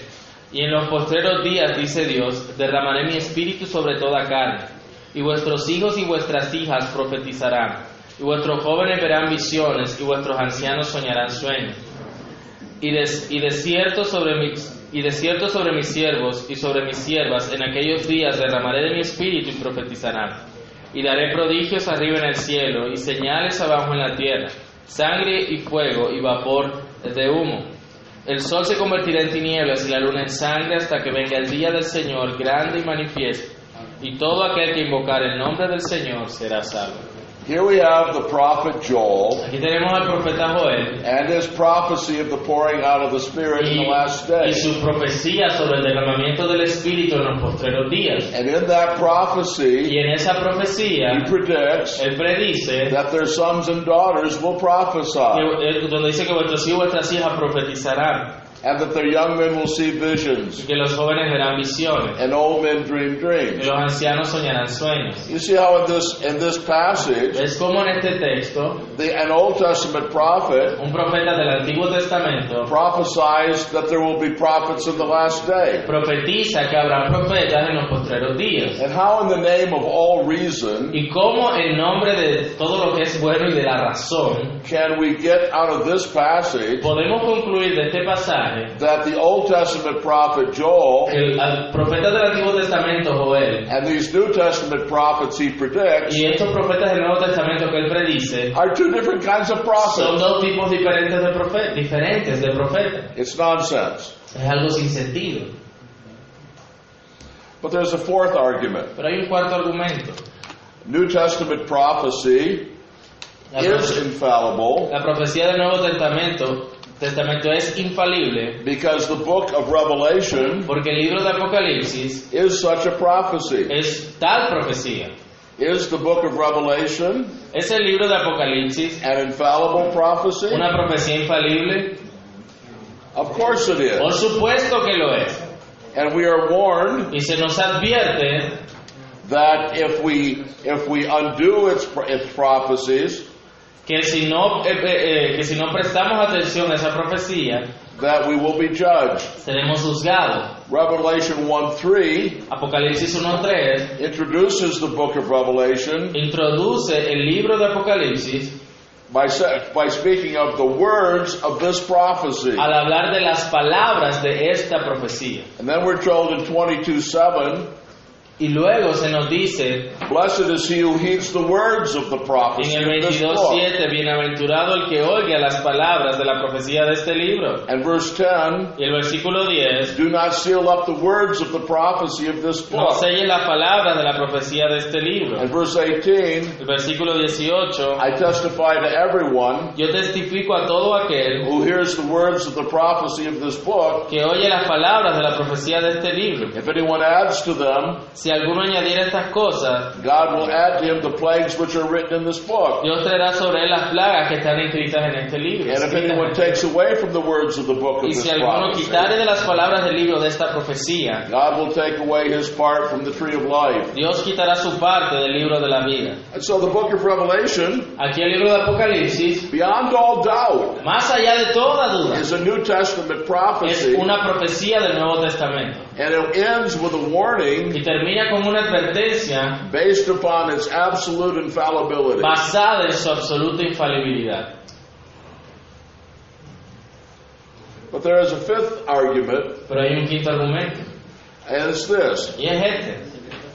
Speaker 2: Y en los postreros días, dice Dios, derramaré mi espíritu sobre toda carne. Y vuestros hijos y vuestras hijas profetizarán. Y vuestros jóvenes verán visiones y vuestros ancianos soñarán sueños. Y, des- y, de cierto sobre mis, y de cierto sobre mis siervos y sobre mis siervas, en aquellos días derramaré de mi espíritu y profetizarán. Y daré prodigios arriba en el cielo y señales abajo en la tierra, sangre y fuego y vapor de humo. El sol se convertirá en tinieblas y la luna en sangre hasta que venga el día del Señor grande y manifiesto. Y todo aquel que invocar el nombre del Señor será salvo.
Speaker 1: Here we have the prophet Joel
Speaker 2: Aquí tenemos al profeta Joel
Speaker 1: and his prophecy of the pouring out of the Spirit in the
Speaker 2: y,
Speaker 1: last
Speaker 2: y
Speaker 1: days.
Speaker 2: su profecía sobre el derramamiento del Espíritu en los postreros días.
Speaker 1: And in that
Speaker 2: Y
Speaker 1: prophecy,
Speaker 2: en esa profecía,
Speaker 1: he predicts
Speaker 2: él predice,
Speaker 1: that their sons and daughters will
Speaker 2: que,
Speaker 1: prophesy,
Speaker 2: eh, donde dice que vuestros hijos y vuestras hijas profetizarán,
Speaker 1: and that their young men will see
Speaker 2: y
Speaker 1: visions,
Speaker 2: que los jóvenes verán visiones,
Speaker 1: and old men dream
Speaker 2: y
Speaker 1: dreams.
Speaker 2: los ancianos soñarán sueños.
Speaker 1: You see how in this in this passage,
Speaker 2: Es como en este texto,
Speaker 1: the, an Old Testament prophet
Speaker 2: un profeta del Antiguo Testamento
Speaker 1: prophesies that there will be prophets in the last day.
Speaker 2: profetiza que habrá profetas en los postreros días.
Speaker 1: And how, in the name of all reason,
Speaker 2: Y como en nombre de todo lo que es bueno y de la razón,
Speaker 1: can we get out of this passage
Speaker 2: podemos concluir de este pasaje
Speaker 1: that the Old Testament prophet Joel
Speaker 2: El, al profeta del Antiguo Testamento, Joel,
Speaker 1: and these New Testament prophets he predicts
Speaker 2: y estos profetas del Nuevo Testamento que él predice,
Speaker 1: are two different kinds of
Speaker 2: son
Speaker 1: prophets?
Speaker 2: dos tipos diferentes de, profe- diferentes de profetas.
Speaker 1: It's nonsense.
Speaker 2: Es algo sin sentido.
Speaker 1: But there's a fourth argument.
Speaker 2: Pero hay un cuarto argumento.
Speaker 1: New Testament prophecy
Speaker 2: La,
Speaker 1: is
Speaker 2: profe-
Speaker 1: infallible
Speaker 2: la profecía del Nuevo Testamento, Testamento es infalible
Speaker 1: because the book of Revelation
Speaker 2: porque el libro de Apocalipsis
Speaker 1: is such a prophecy.
Speaker 2: es tal profecía.
Speaker 1: Is the book of Revelation
Speaker 2: ¿Es el libro de Apocalipsis
Speaker 1: an infallible prophecy?
Speaker 2: una profecía infalible?
Speaker 1: Of course it
Speaker 2: Por
Speaker 1: is.
Speaker 2: supuesto que lo es.
Speaker 1: And we are warned
Speaker 2: Y se nos advierte
Speaker 1: that if we if we undo its its prophecies,
Speaker 2: que si no eh, eh, eh, que si no prestamos atención a esa profecía
Speaker 1: that we will be judged.
Speaker 2: seremos juzgados.
Speaker 1: Revelation 1:3
Speaker 2: Apocalipsis 1:3
Speaker 1: introduces the book of Revelation
Speaker 2: introduce el libro de Apocalipsis
Speaker 1: by sa- by speaking of the words of this prophecy.
Speaker 2: al hablar de las palabras de esta profecía.
Speaker 1: And then we're told in 22 7,
Speaker 2: Y luego se nos dice
Speaker 1: blessed is he who heeds the words of the prophecy.
Speaker 2: en el
Speaker 1: of this book.
Speaker 2: 22:7 bienaventurado el que oiga las palabras de la profecía de este libro.
Speaker 1: And verse 10,
Speaker 2: Y el versículo 10
Speaker 1: do not seal up the words of the prophecy of this
Speaker 2: no
Speaker 1: book.
Speaker 2: selle las palabras de la profecía de este libro.
Speaker 1: And verse 18,
Speaker 2: El versículo 18
Speaker 1: I testify to everyone
Speaker 2: yo testifico a todo aquel
Speaker 1: who hears the words of the prophecy of this book.
Speaker 2: que oye las palabras de la profecía de este libro.
Speaker 1: If anyone adds to them,
Speaker 2: Si Si alguno añadiera estas cosas,
Speaker 1: God will add to him the plagues which are written in this book.
Speaker 2: Dios traerá sobre él las plagas que están escritas en este libro.
Speaker 1: And if anyone takes away from the words of the book of
Speaker 2: Y
Speaker 1: this
Speaker 2: si alguno quitare
Speaker 1: prophecy,
Speaker 2: de las palabras del libro de esta profecía,
Speaker 1: God will take away his part from the tree of life.
Speaker 2: Dios quitará su parte del libro de la vida.
Speaker 1: And so the book of Revelation,
Speaker 2: Aquí el libro de Apocalipsis,
Speaker 1: beyond all doubt,
Speaker 2: más allá de toda duda,
Speaker 1: is a New Testament
Speaker 2: es
Speaker 1: prophecy,
Speaker 2: una profecía del Nuevo Testamento.
Speaker 1: and it ends with a warning
Speaker 2: Y termina con una advertencia
Speaker 1: based upon its absolute infallibility.
Speaker 2: basada en su absoluta infalibilidad.
Speaker 1: But there is a fifth argument,
Speaker 2: Pero hay un quinto argumento,
Speaker 1: and it's this
Speaker 2: y es este.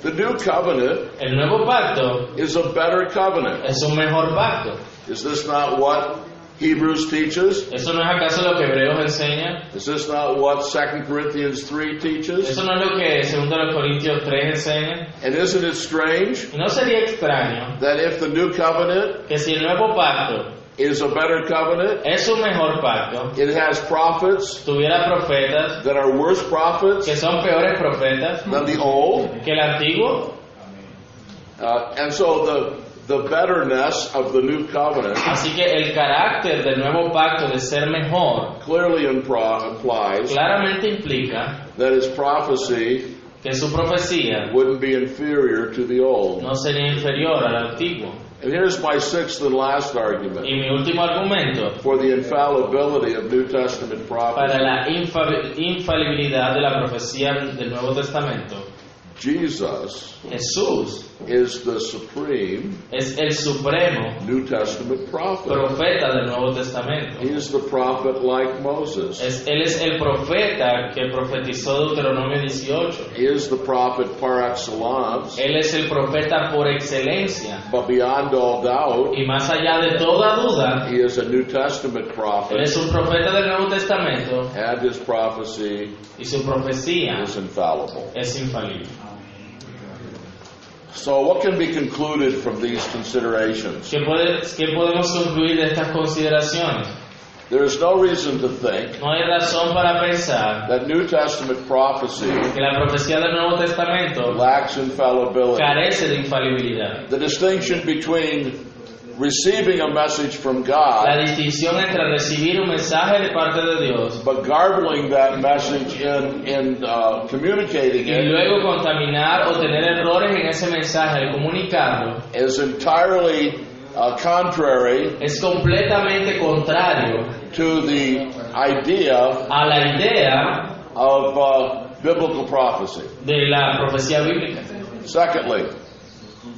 Speaker 1: the new covenant
Speaker 2: El nuevo pacto
Speaker 1: is a better covenant.
Speaker 2: es un mejor pacto.
Speaker 1: Is this not what Hebrews teaches?
Speaker 2: ¿Eso no es acaso lo que Hebreos enseña?
Speaker 1: Is this not what 2 Corinthians 3 teaches?
Speaker 2: ¿Eso no es lo que segundo de los Corintios 3 enseña?
Speaker 1: And isn't it strange
Speaker 2: ¿Y no sería extraño
Speaker 1: that if the new covenant
Speaker 2: que si el nuevo pacto
Speaker 1: is a better covenant,
Speaker 2: es un mejor pacto,
Speaker 1: it has prophets
Speaker 2: tuviera profetas
Speaker 1: that are worse prophets
Speaker 2: que son peores profetas
Speaker 1: than the old?
Speaker 2: que el antiguo?
Speaker 1: Uh, and so the the betterness of the new covenant
Speaker 2: Así que el carácter del nuevo pacto de ser mejor
Speaker 1: clearly impro- implies
Speaker 2: claramente implica
Speaker 1: that its prophecy
Speaker 2: que su profecía
Speaker 1: wouldn't be inferior to the old.
Speaker 2: no sería inferior al antiguo.
Speaker 1: And here's my sixth and last argument
Speaker 2: Y mi último argumento
Speaker 1: for the infallibility of New Testament
Speaker 2: para
Speaker 1: prophecy.
Speaker 2: la infa- infalibilidad de la profecía del Nuevo Testamento.
Speaker 1: Jesus
Speaker 2: Jesús
Speaker 1: is the supreme
Speaker 2: es el supremo
Speaker 1: New Testament prophet.
Speaker 2: profeta del Nuevo Testamento.
Speaker 1: He is the prophet like Moses.
Speaker 2: Es- él es el profeta que profetizó Deuteronomio 18.
Speaker 1: He is the prophet par excellence.
Speaker 2: Él es el profeta por excelencia.
Speaker 1: But beyond all doubt,
Speaker 2: Y más allá de toda duda,
Speaker 1: he is a New Testament
Speaker 2: él
Speaker 1: prophet.
Speaker 2: es un profeta del Nuevo Testamento
Speaker 1: and his prophecy
Speaker 2: y su profecía
Speaker 1: is infallible.
Speaker 2: es infalible.
Speaker 1: So, what can be concluded from these considerations?
Speaker 2: ¿Qué, puede- ¿Qué podemos concluir de estas consideraciones?
Speaker 1: There is no reason to think
Speaker 2: No hay razón para pensar
Speaker 1: that New Testament prophecy
Speaker 2: que la profecía del Nuevo Testamento
Speaker 1: lacks infallibility.
Speaker 2: carece de infalibilidad.
Speaker 1: The distinction between receiving a message from
Speaker 2: La
Speaker 1: God
Speaker 2: distinción entre recibir un mensaje de parte de Dios
Speaker 1: but garbling that message in, in uh, communicating
Speaker 2: y
Speaker 1: it
Speaker 2: luego contaminar o tener errores en ese mensaje al comunicarlo
Speaker 1: is entirely uh, contrary
Speaker 2: es completamente contrario
Speaker 1: to the idea
Speaker 2: a la idea
Speaker 1: of uh, biblical prophecy.
Speaker 2: de la profecía bíblica.
Speaker 1: Secondly,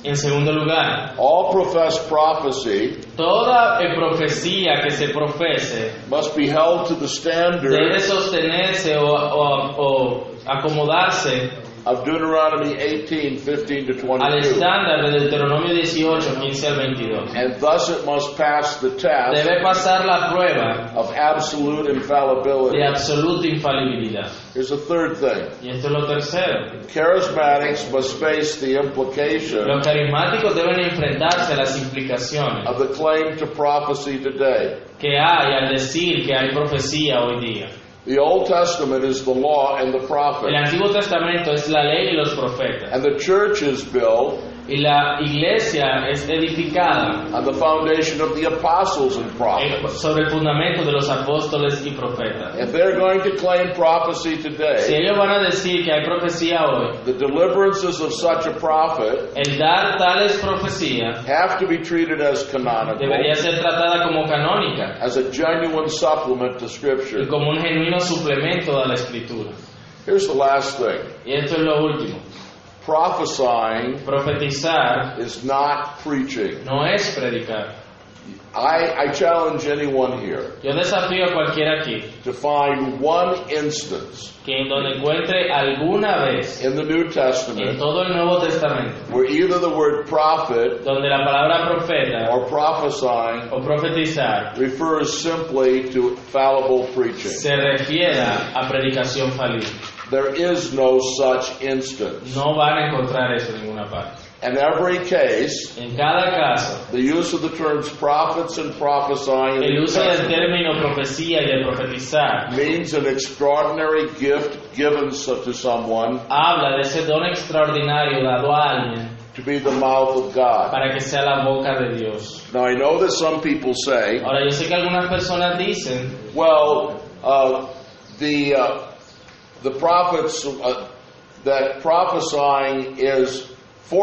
Speaker 2: En segundo lugar,
Speaker 1: All professed prophecy
Speaker 2: toda eh, profecía que se profese
Speaker 1: must be held to the
Speaker 2: debe
Speaker 1: standard
Speaker 2: sostenerse o- o- o acomodarse
Speaker 1: of Deuteronomy 18, 15 to
Speaker 2: al
Speaker 1: 22.
Speaker 2: estándar de Deuteronomio 18, 15 al 22.
Speaker 1: And thus it must pass the test
Speaker 2: Debe pasar la prueba
Speaker 1: of absolute
Speaker 2: de
Speaker 1: infallibility.
Speaker 2: absoluta infalibilidad.
Speaker 1: Here's a third thing.
Speaker 2: Y esto es lo tercero.
Speaker 1: Charismatics must face the implication
Speaker 2: Los carismáticos deben enfrentarse a las implicaciones
Speaker 1: of the claim to prophecy today.
Speaker 2: que hay al decir que hay profecía hoy día.
Speaker 1: The Old Testament is the law and the
Speaker 2: El
Speaker 1: prophet.
Speaker 2: Antiguo Testamento es la ley y los profetas.
Speaker 1: And the church is built
Speaker 2: Y la iglesia es edificada
Speaker 1: on the foundation of the apostles and
Speaker 2: en-
Speaker 1: prophets.
Speaker 2: sobre el fundamento de los apóstoles y profetas.
Speaker 1: If they're going to claim prophecy
Speaker 2: Si
Speaker 1: today,
Speaker 2: ellos van a decir que hay profecía hoy,
Speaker 1: The deliverances of such a prophet
Speaker 2: el dar tales profecías
Speaker 1: have to be treated as canonical,
Speaker 2: debería ser tratada como canónica
Speaker 1: as a genuine supplement to
Speaker 2: y
Speaker 1: Scripture.
Speaker 2: como un genuino suplemento a la escritura.
Speaker 1: Here's the last thing
Speaker 2: Y esto es lo último.
Speaker 1: prophesying
Speaker 2: Profetizar
Speaker 1: is not preaching.
Speaker 2: no es predicar.
Speaker 1: I, I challenge anyone here
Speaker 2: Yo desafío a cualquiera aquí
Speaker 1: to find one instance
Speaker 2: que en donde encuentre alguna vez
Speaker 1: in the New
Speaker 2: en
Speaker 1: Testament
Speaker 2: todo el Nuevo Testamento
Speaker 1: where either the word prophet
Speaker 2: donde la palabra profeta
Speaker 1: or prophesying
Speaker 2: o profetizar
Speaker 1: refers simply to fallible preaching.
Speaker 2: se refiera a predicación falible.
Speaker 1: There is no such instance.
Speaker 2: No van a encontrar eso en ninguna parte.
Speaker 1: In every case,
Speaker 2: En cada caso,
Speaker 1: the use of the terms prophets and prophesying in
Speaker 2: el
Speaker 1: the
Speaker 2: uso del
Speaker 1: Testament
Speaker 2: término profecía y de profetizar
Speaker 1: means an extraordinary gift given so- to someone
Speaker 2: habla de ese don extraordinario dado a alguien
Speaker 1: to be the mouth of God.
Speaker 2: para que sea la boca de Dios.
Speaker 1: Now, I know that some people say,
Speaker 2: Ahora, yo sé que algunas personas dicen,
Speaker 1: well, uh, the, uh, the prophets, uh, that prophesying is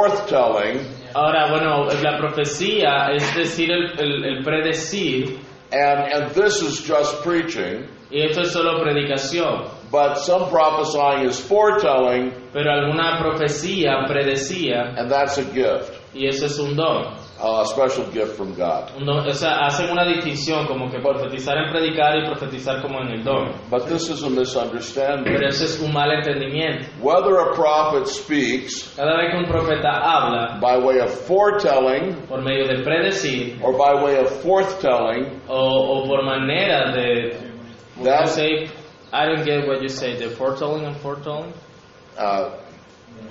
Speaker 1: forthtelling
Speaker 2: ahora, bueno, la profecía es decir, el, el- el predecir,
Speaker 1: and, and this is just preaching,
Speaker 2: y esto es solo predicación,
Speaker 1: but some prophesying is foretelling
Speaker 2: pero alguna profecía predecía,
Speaker 1: and that's a gift,
Speaker 2: y eso es un don.
Speaker 1: a special gift from God.
Speaker 2: Un don- o sea, hacen una distinción como que profetizar en predicar y profetizar como en el don.
Speaker 1: But this is a
Speaker 2: Pero
Speaker 1: misunderstanding.
Speaker 2: eso es un mal entendimiento.
Speaker 1: Whether a prophet speaks
Speaker 2: Cada vez que un profeta habla
Speaker 1: by way of foretelling
Speaker 2: por medio de predecir
Speaker 1: or by way of forthtelling,
Speaker 2: o, o por manera de...
Speaker 1: That-
Speaker 2: You say, I don't get what you say, the foretelling and foretelling.
Speaker 1: uh,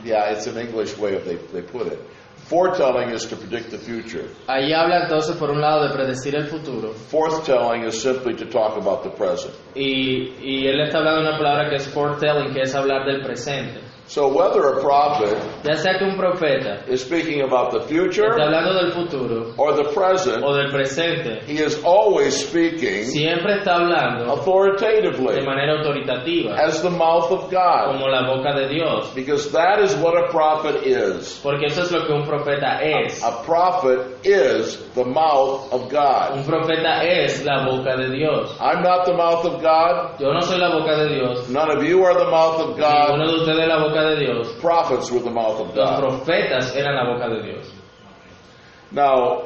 Speaker 1: yeah, it's an English way of they, they put it. Foretelling is to predict the future.
Speaker 2: Ahí habla entonces por un lado de predecir el futuro
Speaker 1: Forthtelling is simply to talk about the present.
Speaker 2: y, y él está hablando de una palabra que es foretelling, que es hablar del presente.
Speaker 1: So whether a prophet
Speaker 2: Ya sea que un profeta
Speaker 1: is speaking about the
Speaker 2: está
Speaker 1: future
Speaker 2: hablando del futuro
Speaker 1: or the present,
Speaker 2: o del presente,
Speaker 1: he is always speaking
Speaker 2: siempre está hablando de
Speaker 1: authoritatively
Speaker 2: manera autoritativa,
Speaker 1: as the mouth of God.
Speaker 2: como la boca de Dios,
Speaker 1: Because that is what a prophet is.
Speaker 2: porque eso es lo que un profeta es.
Speaker 1: A prophet is the mouth of God.
Speaker 2: Un profeta es la boca de Dios.
Speaker 1: I'm not the mouth of God.
Speaker 2: Yo no soy la boca de Dios,
Speaker 1: None of you are the mouth of God.
Speaker 2: ninguno de ustedes es la boca de Dios.
Speaker 1: Prophets were the mouth of
Speaker 2: Los
Speaker 1: God.
Speaker 2: profetas eran la boca de Dios.
Speaker 1: Now,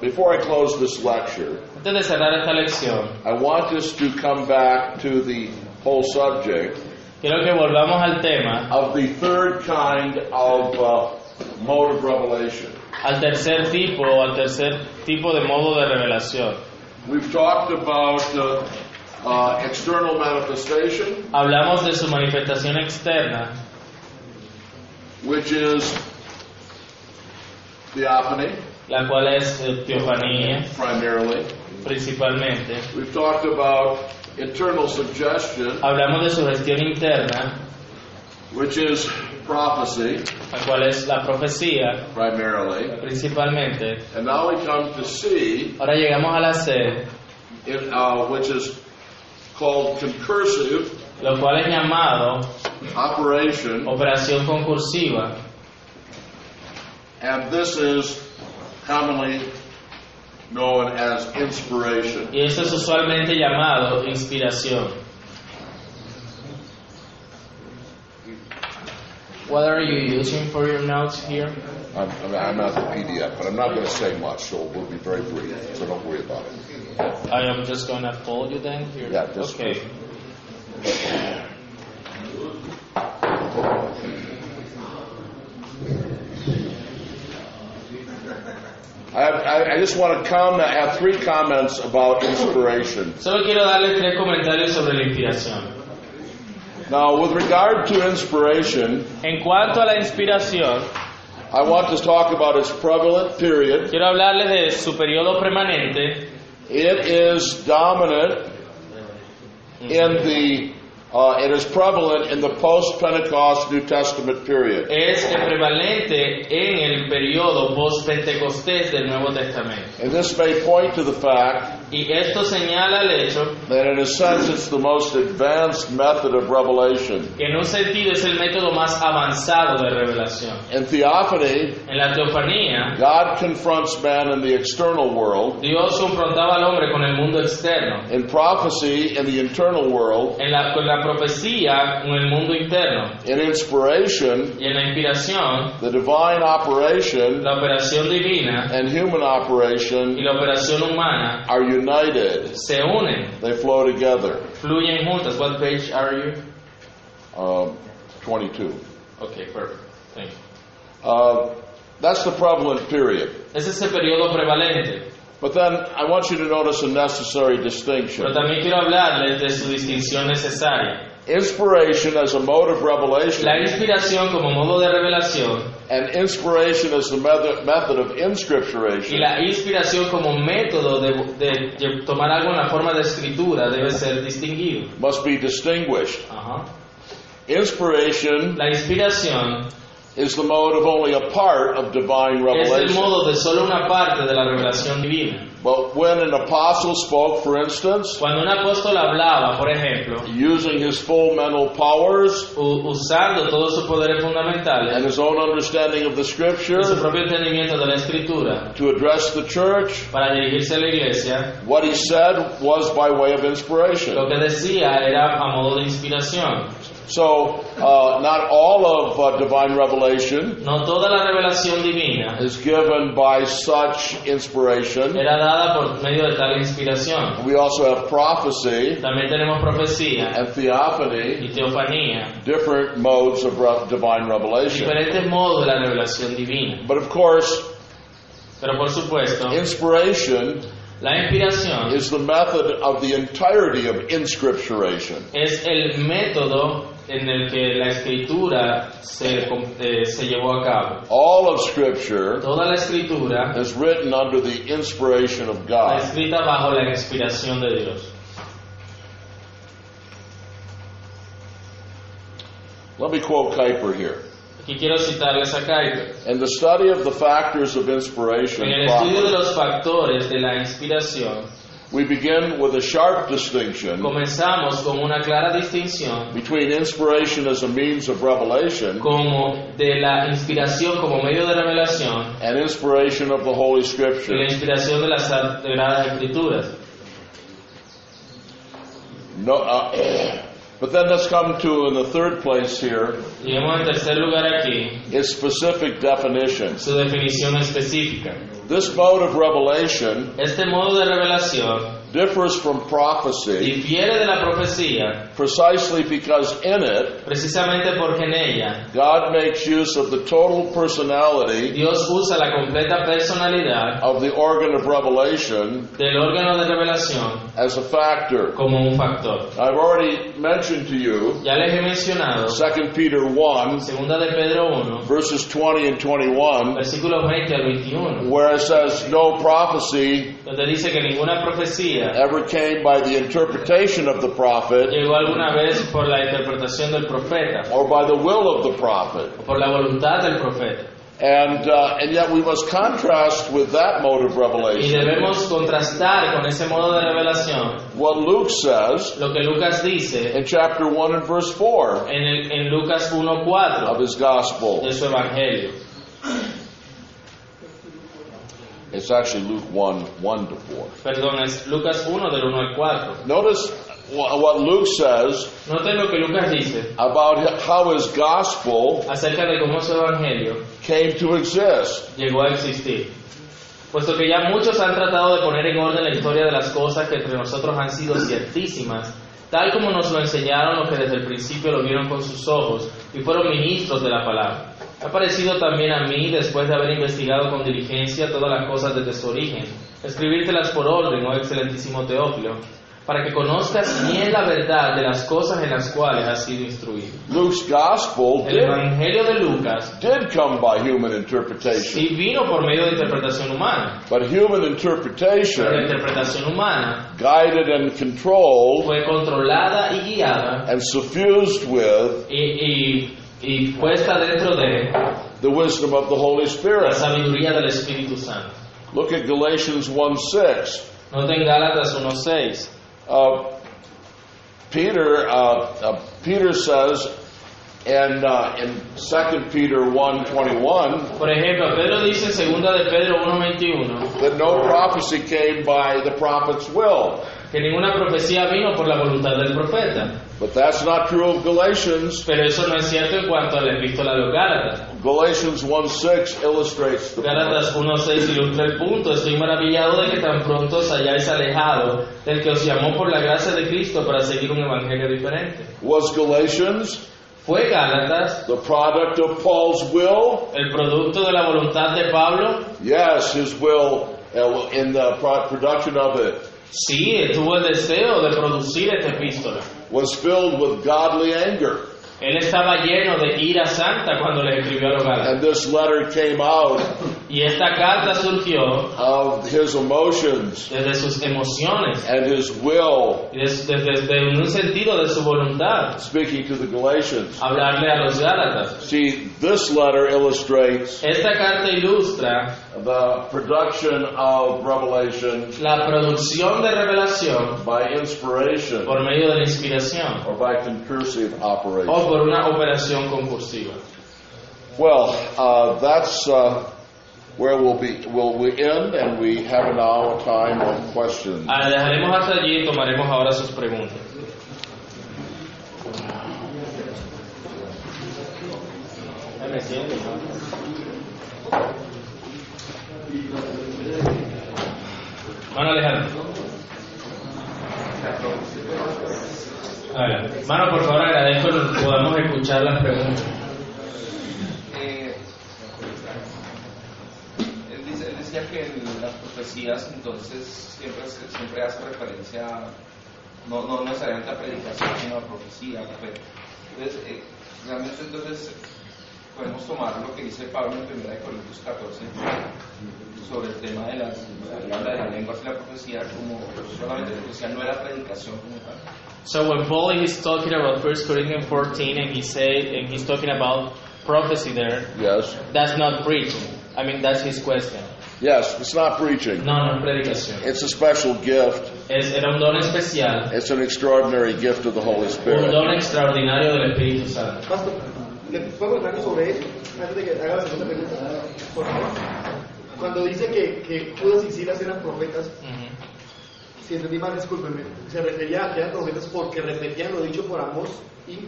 Speaker 1: before I close this lecture,
Speaker 2: Antes de cerrar esta lección,
Speaker 1: I want us to come back to the whole subject
Speaker 2: quiero que volvamos al tema,
Speaker 1: of the third kind of uh, mode of revelation.
Speaker 2: al tercer tipo o al tercer tipo de modo de revelación.
Speaker 1: We've talked about uh, uh, external manifestation.
Speaker 2: Hablamos de su manifestación externa,
Speaker 1: which is theophany
Speaker 2: la cual es eh, teofanía
Speaker 1: primarily.
Speaker 2: principalmente.
Speaker 1: We've talked about internal suggestion,
Speaker 2: Hablamos de su gestión interna,
Speaker 1: which is prophecy
Speaker 2: la cual es la profecía
Speaker 1: primarily.
Speaker 2: principalmente.
Speaker 1: And now we come to C,
Speaker 2: Ahora llegamos a la C,
Speaker 1: in, uh, which is called concursive
Speaker 2: lo cual es llamado
Speaker 1: operation,
Speaker 2: operación concursiva
Speaker 1: and this is commonly known as inspiration.
Speaker 2: y esto es usualmente llamado inspiración. What are you using for your notes here?
Speaker 1: I'm, I'm- I'm not the PDF, but I'm not going to say much, so we'll be very brief, so don't worry about it.
Speaker 2: I am just going to fold you then here.
Speaker 1: Yeah, just-
Speaker 2: okay.
Speaker 1: I, I, I just want to comment, I have three comments about inspiration.
Speaker 2: Solo quiero darles tres comentarios sobre la inspiración.
Speaker 1: Now, with regard to inspiration,
Speaker 2: En cuanto a la inspiración,
Speaker 1: I want to talk about its prevalent period.
Speaker 2: quiero hablarles de su periodo permanente.
Speaker 1: It is dominant in the, uh, it is prevalent in the post Pentecost New Testament period.
Speaker 2: Es el prevalente en el periodo post-pentecostés del Nuevo Testamento.
Speaker 1: And this may point to the fact
Speaker 2: Y esto señala el hecho
Speaker 1: that, in a sense, it's the most advanced method of revelation.
Speaker 2: que en un sentido es el método más avanzado de revelación.
Speaker 1: In theophany,
Speaker 2: En la teofanía,
Speaker 1: God confronts man in the external world.
Speaker 2: Dios confrontaba al hombre con el mundo externo,
Speaker 1: in prophecy in the internal world,
Speaker 2: en la, con la profecía con el mundo interno,
Speaker 1: in inspiration,
Speaker 2: y en la inspiración,
Speaker 1: the divine operation
Speaker 2: la operación divina
Speaker 1: and human
Speaker 2: y
Speaker 1: operation
Speaker 2: la operación humana
Speaker 1: are united.
Speaker 2: se unen,
Speaker 1: They flow together.
Speaker 2: fluyen juntas. What page are you?
Speaker 1: Um, 22.
Speaker 2: Okay, perfect. Thank you.
Speaker 1: Uh, that's the prevalent period.
Speaker 2: Ese es el periodo prevalente,
Speaker 1: But then I want you to notice a necessary
Speaker 2: pero
Speaker 1: distinction.
Speaker 2: también quiero hablarles de su distinción necesaria.
Speaker 1: Inspiration as a mode of revelation
Speaker 2: La inspiración como modo de revelación
Speaker 1: and inspiration as the method, method of
Speaker 2: y
Speaker 1: inscripturation
Speaker 2: la inspiración como método de, de- de tomar algo en la forma de escritura debe ser distinguido.
Speaker 1: must be distinguished.
Speaker 2: Ajá.
Speaker 1: Inspiration
Speaker 2: La inspiración
Speaker 1: is the mode of only a part of divine
Speaker 2: es el
Speaker 1: revelation.
Speaker 2: modo de solo una parte de la revelación divina.
Speaker 1: But when an apostle spoke, for instance,
Speaker 2: Cuando un apóstol hablaba, por ejemplo,
Speaker 1: using his full mental powers
Speaker 2: u- usando todos sus poderes fundamentales
Speaker 1: and his own understanding of the
Speaker 2: y su
Speaker 1: scripture
Speaker 2: propio entendimiento de la escritura
Speaker 1: to address the church,
Speaker 2: para dirigirse a la iglesia,
Speaker 1: what he said was by way of inspiration.
Speaker 2: lo que decía era a modo de inspiración.
Speaker 1: So, uh, not all of uh, divine revelation
Speaker 2: No toda la revelación divina
Speaker 1: is given by such inspiration.
Speaker 2: era dada por medio de tal inspiración.
Speaker 1: We also have prophecy
Speaker 2: También tenemos profecía
Speaker 1: and theophany,
Speaker 2: y teofanía,
Speaker 1: different modes of re- divine revelation.
Speaker 2: diferentes modos de la revelación divina.
Speaker 1: But of course,
Speaker 2: Pero por supuesto,
Speaker 1: inspiration
Speaker 2: la inspiración
Speaker 1: is the method of the entirety of inscripturation.
Speaker 2: es el método en el que la escritura se, com- eh, se llevó a cabo.
Speaker 1: All of Scripture
Speaker 2: Toda la escritura
Speaker 1: is written under the inspiration of
Speaker 2: está
Speaker 1: God.
Speaker 2: escrita bajo la inspiración de Dios.
Speaker 1: Let me quote Kuiper here.
Speaker 2: Aquí quiero citarles a Kuyper.
Speaker 1: In the study of the factors of
Speaker 2: En
Speaker 1: inspiration,
Speaker 2: el estudio de
Speaker 1: proper,
Speaker 2: los factores de la inspiración,
Speaker 1: we begin with a sharp distinction
Speaker 2: comenzamos con una clara distinción
Speaker 1: between inspiration as a means of revelation
Speaker 2: como de la inspiración como medio de revelación
Speaker 1: and inspiration of the Holy
Speaker 2: y la
Speaker 1: Scripture.
Speaker 2: inspiración de las sagradas escrituras.
Speaker 1: No, uh, but then let's come to, in the third place here,
Speaker 2: Y vemos en tercer lugar aquí
Speaker 1: is specific definitions.
Speaker 2: su definición específica.
Speaker 1: This mode of revelation
Speaker 2: Este modo de revelación
Speaker 1: differs from prophecy
Speaker 2: difiere de la profecía
Speaker 1: precisely because in it,
Speaker 2: precisamente porque en ella
Speaker 1: God makes use of the total personality
Speaker 2: Dios usa la completa personalidad
Speaker 1: of the organ of revelation
Speaker 2: del órgano de revelación
Speaker 1: as a factor.
Speaker 2: como un factor.
Speaker 1: I've already mentioned to you
Speaker 2: Ya les he mencionado,
Speaker 1: 2 Peter 1,
Speaker 2: segunda de Pedro 1,
Speaker 1: verses 20 and 21,
Speaker 2: versículos 20 al 21,
Speaker 1: where it says, No prophecy
Speaker 2: donde dice que ninguna profecía
Speaker 1: ever came by the interpretation of the prophet
Speaker 2: llegó alguna vez por la interpretación del profeta,
Speaker 1: or by the will of the prophet.
Speaker 2: o por la voluntad del profeta.
Speaker 1: And, uh, and yet we must contrast with that mode of
Speaker 2: Y
Speaker 1: revelation
Speaker 2: debemos contrastar con ese modo de revelación
Speaker 1: what Luke says
Speaker 2: lo que Lucas dice
Speaker 1: in chapter 1 and verse 4
Speaker 2: en, el- en Lucas
Speaker 1: of
Speaker 2: 1.4
Speaker 1: his gospel.
Speaker 2: de su evangelio.
Speaker 1: It's actually Luke 1 1 to 4.
Speaker 2: Perdón, es Lucas 1 del 1 al 4.
Speaker 1: Notice wh- what Luke says
Speaker 2: Noten lo que Lucas dice
Speaker 1: about how his gospel
Speaker 2: acerca de cómo su evangelio
Speaker 1: came to exist.
Speaker 2: llegó a existir. Puesto que ya muchos han tratado de poner en orden la historia de las cosas que entre nosotros han sido ciertísimas, tal como nos lo enseñaron los que desde el principio lo vieron con sus ojos y fueron ministros de la palabra. Ha parecido también a mí, después de haber investigado con diligencia todas las cosas desde su origen, escribírtelas por orden, oh excelentísimo Teófilo, para que conozcas bien la verdad de las cosas en las cuales has sido instruido.
Speaker 1: Luke's gospel
Speaker 2: El
Speaker 1: did,
Speaker 2: Evangelio de Lucas
Speaker 1: did come by human interpretation,
Speaker 2: sí vino por medio de interpretación humana.
Speaker 1: but human
Speaker 2: Pero la
Speaker 1: interpretation,
Speaker 2: interpretación humana
Speaker 1: guided and controlled
Speaker 2: fue controlada y guiada
Speaker 1: and suffused with
Speaker 2: y, y- y puesta dentro de
Speaker 1: the wisdom of the Holy
Speaker 2: la
Speaker 1: Spirit.
Speaker 2: sabiduría del Espíritu Santo.
Speaker 1: Look at Galatians 1 6.
Speaker 2: Noten Gálatas 1.6.
Speaker 1: Uh, Peter, uh, uh, Peter says in, uh, in 2 Peter 1 21
Speaker 2: Por ejemplo, Pedro dice en 2 de Pedro 1.21
Speaker 1: that no prophecy came by the prophet's will.
Speaker 2: que ninguna profecía vino por la voluntad del profeta.
Speaker 1: But that's not true of Galatians.
Speaker 2: Pero eso no es cierto en cuanto a la epístola de los Gálatas.
Speaker 1: Galatians 1 6 illustrates the point.
Speaker 2: Gálatas 1.6 ilustra el punto. Estoy maravillado de que tan pronto os hayáis alejado del que os llamó por la gracia de Cristo para seguir un evangelio diferente.
Speaker 1: Was Galatians
Speaker 2: ¿Fue Gálatas
Speaker 1: the product of Paul's will?
Speaker 2: el producto de la voluntad de Pablo?
Speaker 1: Yes, his will uh, in the pro- production of it.
Speaker 2: Sí, tuvo el deseo de producir esta epístola.
Speaker 1: was filled with godly anger.
Speaker 3: Él estaba lleno de ira santa cuando le escribió a los Gálatas.
Speaker 1: And this letter came out
Speaker 3: Y esta carta surgió
Speaker 1: of his emotions
Speaker 3: desde sus emociones,
Speaker 1: and his will,
Speaker 3: y des- desde, desde un sentido de su voluntad,
Speaker 1: speaking to the Galatians.
Speaker 3: hablarle a los Gálatas.
Speaker 1: See, this letter illustrates
Speaker 3: Esta carta ilustra
Speaker 1: the production of revelation
Speaker 3: la producción de revelación
Speaker 1: by inspiration
Speaker 3: por medio de la inspiración
Speaker 1: or by concursive operation.
Speaker 3: o por una operación concursiva.
Speaker 1: Well, uh, that's uh, where we'll be. Will we end? And we have an hour time of questions.
Speaker 3: Ah, dejaremos hasta allí y tomaremos ahora sus preguntas. Mano Alejandro. A ver, Mano, por favor, agradezco que podamos escuchar las preguntas.
Speaker 4: Eh, él, dice- él decía que el- las profecías entonces siempre, se- siempre hace referencia, no, no necesariamente a predicación, sino a profecía, a fe. Entonces, eh, realmente entonces podemos tomar lo que dice Pablo en 1 de Corintios 14 sobre el tema de las, habla de las lenguas y la profecía como solamente profecía, no era predicación como tal.
Speaker 2: So when Paul is talking about 1 Corinthians 14 and he say and he's talking about prophecy there,
Speaker 1: Yes,
Speaker 2: that's not preaching. I mean that's his question.
Speaker 1: yes. It's not preaching.
Speaker 3: No, no es predicación.
Speaker 1: It's a special gift.
Speaker 3: Es, era un don especial,
Speaker 1: It's an extraordinary gift of the Holy
Speaker 3: un
Speaker 1: Spirit.
Speaker 3: don extraordinario del Espíritu Santo.
Speaker 5: Pastor, ¿le puedo preguntar algo sobre eso? Antes de que haga la segunda pregunta, por favor. Cuando dice que, que Judas y Silas eran profetas,
Speaker 2: Mhm.
Speaker 5: si entendí mal, discúlpenme, se refería a que eran profetas porque repetían lo dicho por Amós y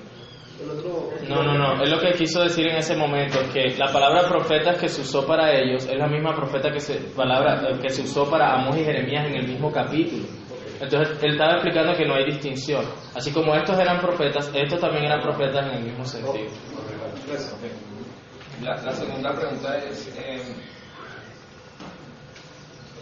Speaker 5: el otro...
Speaker 2: No, no, no. Es lo que quiso decir en ese momento que la palabra profetas que se usó para ellos es la misma profeta que se palabra eh, que se usó para Amós y Jeremías en el mismo capítulo. Entonces él estaba explicando que no hay distinción. Así como estos eran profetas, estos también eran profetas en el mismo sentido.
Speaker 5: Gracias.
Speaker 4: La, la segunda pregunta es, eh,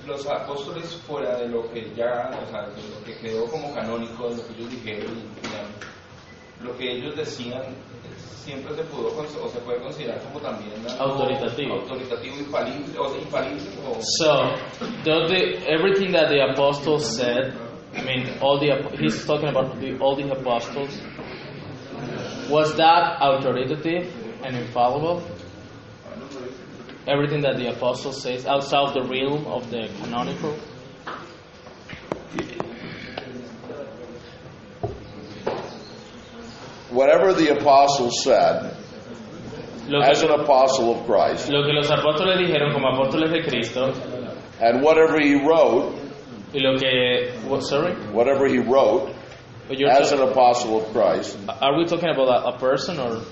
Speaker 4: los apóstoles fuera de lo que ya, o sea, de lo que quedó como canónico, de lo que ellos dijeron, y la- lo que ellos decían eh, siempre se pudo cons- o se puede considerar como también algo
Speaker 2: Autoritativo.
Speaker 4: autoritativo infalible, o sea, infalible o-
Speaker 2: So, the, the, everything that the apostles said, I mean, all the ap- he's talking about the, all the apostles. Was that authoritative and infallible? Everything that the apostle says outside the realm of the canonical.
Speaker 1: Whatever the apostles said,
Speaker 2: Lo
Speaker 1: as an
Speaker 2: que,
Speaker 1: apostle of Christ,
Speaker 2: lo que los apóstoles dijeron como apóstoles de Cristo
Speaker 1: and whatever he wrote,
Speaker 2: y lo que what, sorry,
Speaker 1: whatever he wrote
Speaker 2: You're
Speaker 1: as an
Speaker 2: talk-
Speaker 1: apostle of Christ,
Speaker 2: are we talking about a, a person or?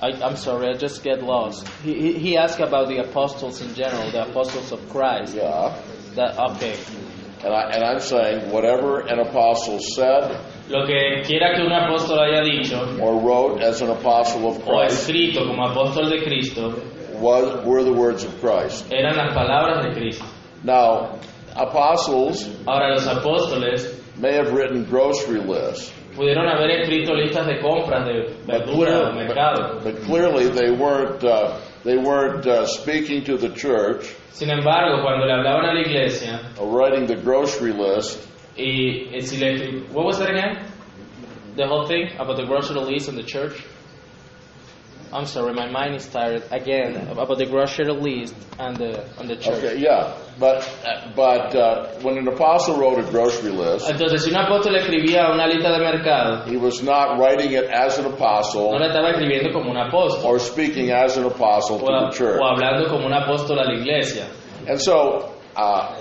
Speaker 2: I, I'm sorry, I just get lost. He, he, he asked about the apostles in general, the apostles of Christ.
Speaker 1: yeah.
Speaker 2: That, okay.
Speaker 1: And, I, and I'm saying whatever an apostle said
Speaker 3: Lo que quiera que un apóstol haya dicho
Speaker 1: or wrote as an apostle of
Speaker 3: o
Speaker 1: Christ
Speaker 3: escrito como apóstol de Cristo
Speaker 1: was, were the words of Christ.
Speaker 3: eran las palabras de Cristo.
Speaker 1: Now, apostles
Speaker 3: Ahora los apóstoles
Speaker 1: may have written grocery lists,
Speaker 3: pudieron haber escrito listas de compras de verduras, de mercado.
Speaker 1: but clearly they weren't, uh, they weren't uh, speaking to the church
Speaker 3: Sin embargo, cuando le hablaban a la iglesia
Speaker 1: or writing the grocery list.
Speaker 2: Y, y si le escri- what was that again? The whole thing about the grocery list and the church. I'm sorry, my mind is tired again about the grocery list and the and the church.
Speaker 1: Okay, yeah, but, but uh, when an apostle wrote a grocery list,
Speaker 2: Entonces, si un apóstol escribía una lista de mercado,
Speaker 1: he was not writing it as an
Speaker 2: no la
Speaker 1: apostle
Speaker 2: estaba escribiendo como un apóstol
Speaker 1: or speaking as an apostle
Speaker 2: o,
Speaker 1: Oh, to the church.
Speaker 2: o hablando como un apóstol a la iglesia.
Speaker 1: And so, uh,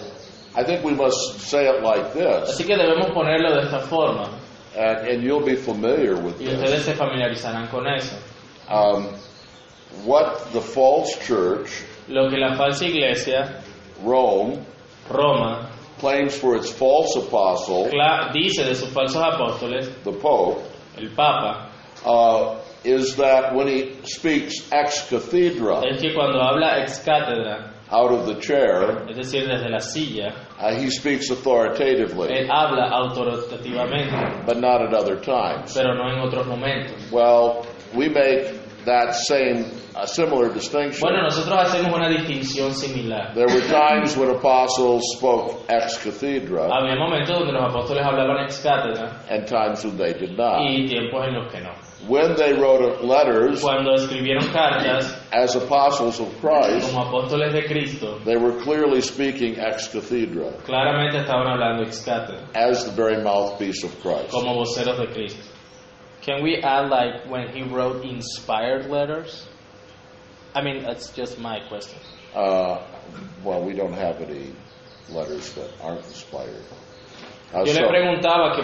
Speaker 1: I think we must say it like this,
Speaker 2: Así que debemos ponerlo de esta forma
Speaker 1: and, and you'll be familiar with
Speaker 2: y
Speaker 1: this.
Speaker 2: ustedes se familiarizarán con eso.
Speaker 1: Um, what the false church,
Speaker 2: Lo que la falsa iglesia,
Speaker 1: Rome,
Speaker 2: Roma,
Speaker 1: claims for its false apostle,
Speaker 2: cla- dice de sus falsos apóstoles,
Speaker 1: the Pope,
Speaker 2: el Papa,
Speaker 1: uh, is that when he speaks ex cathedra,
Speaker 2: es que cuando habla ex cátedra,
Speaker 1: out of the chair,
Speaker 2: es decir, desde la silla.
Speaker 1: uh, he speaks authoritatively,
Speaker 2: Él habla autoritativamente,
Speaker 1: but not at other times.
Speaker 2: pero no en otros momentos.
Speaker 1: Well, we make that same, a similar
Speaker 2: Bueno,
Speaker 1: distinction.
Speaker 2: nosotros hacemos una distinción similar.
Speaker 1: There were times when apostles spoke ex cathedra
Speaker 2: Había momentos donde los apóstoles hablaban ex cátedra
Speaker 1: and times when they did not.
Speaker 2: y tiempos en los que no.
Speaker 1: When they wrote letters
Speaker 2: Cuando escribieron cartas
Speaker 1: as apostles of Christ,
Speaker 2: como apóstoles de Cristo,
Speaker 1: they were clearly speaking ex cathedra
Speaker 2: claramente estaban hablando ex cátedra,
Speaker 1: as the very mouthpiece of Christ.
Speaker 2: como voceros de Cristo. Can we add like when he wrote inspired letters? I mean, that's just my question.
Speaker 1: Uh, well, we don't have any letters that aren't inspired. Uh,
Speaker 2: Yo le
Speaker 1: so-
Speaker 2: preguntaba que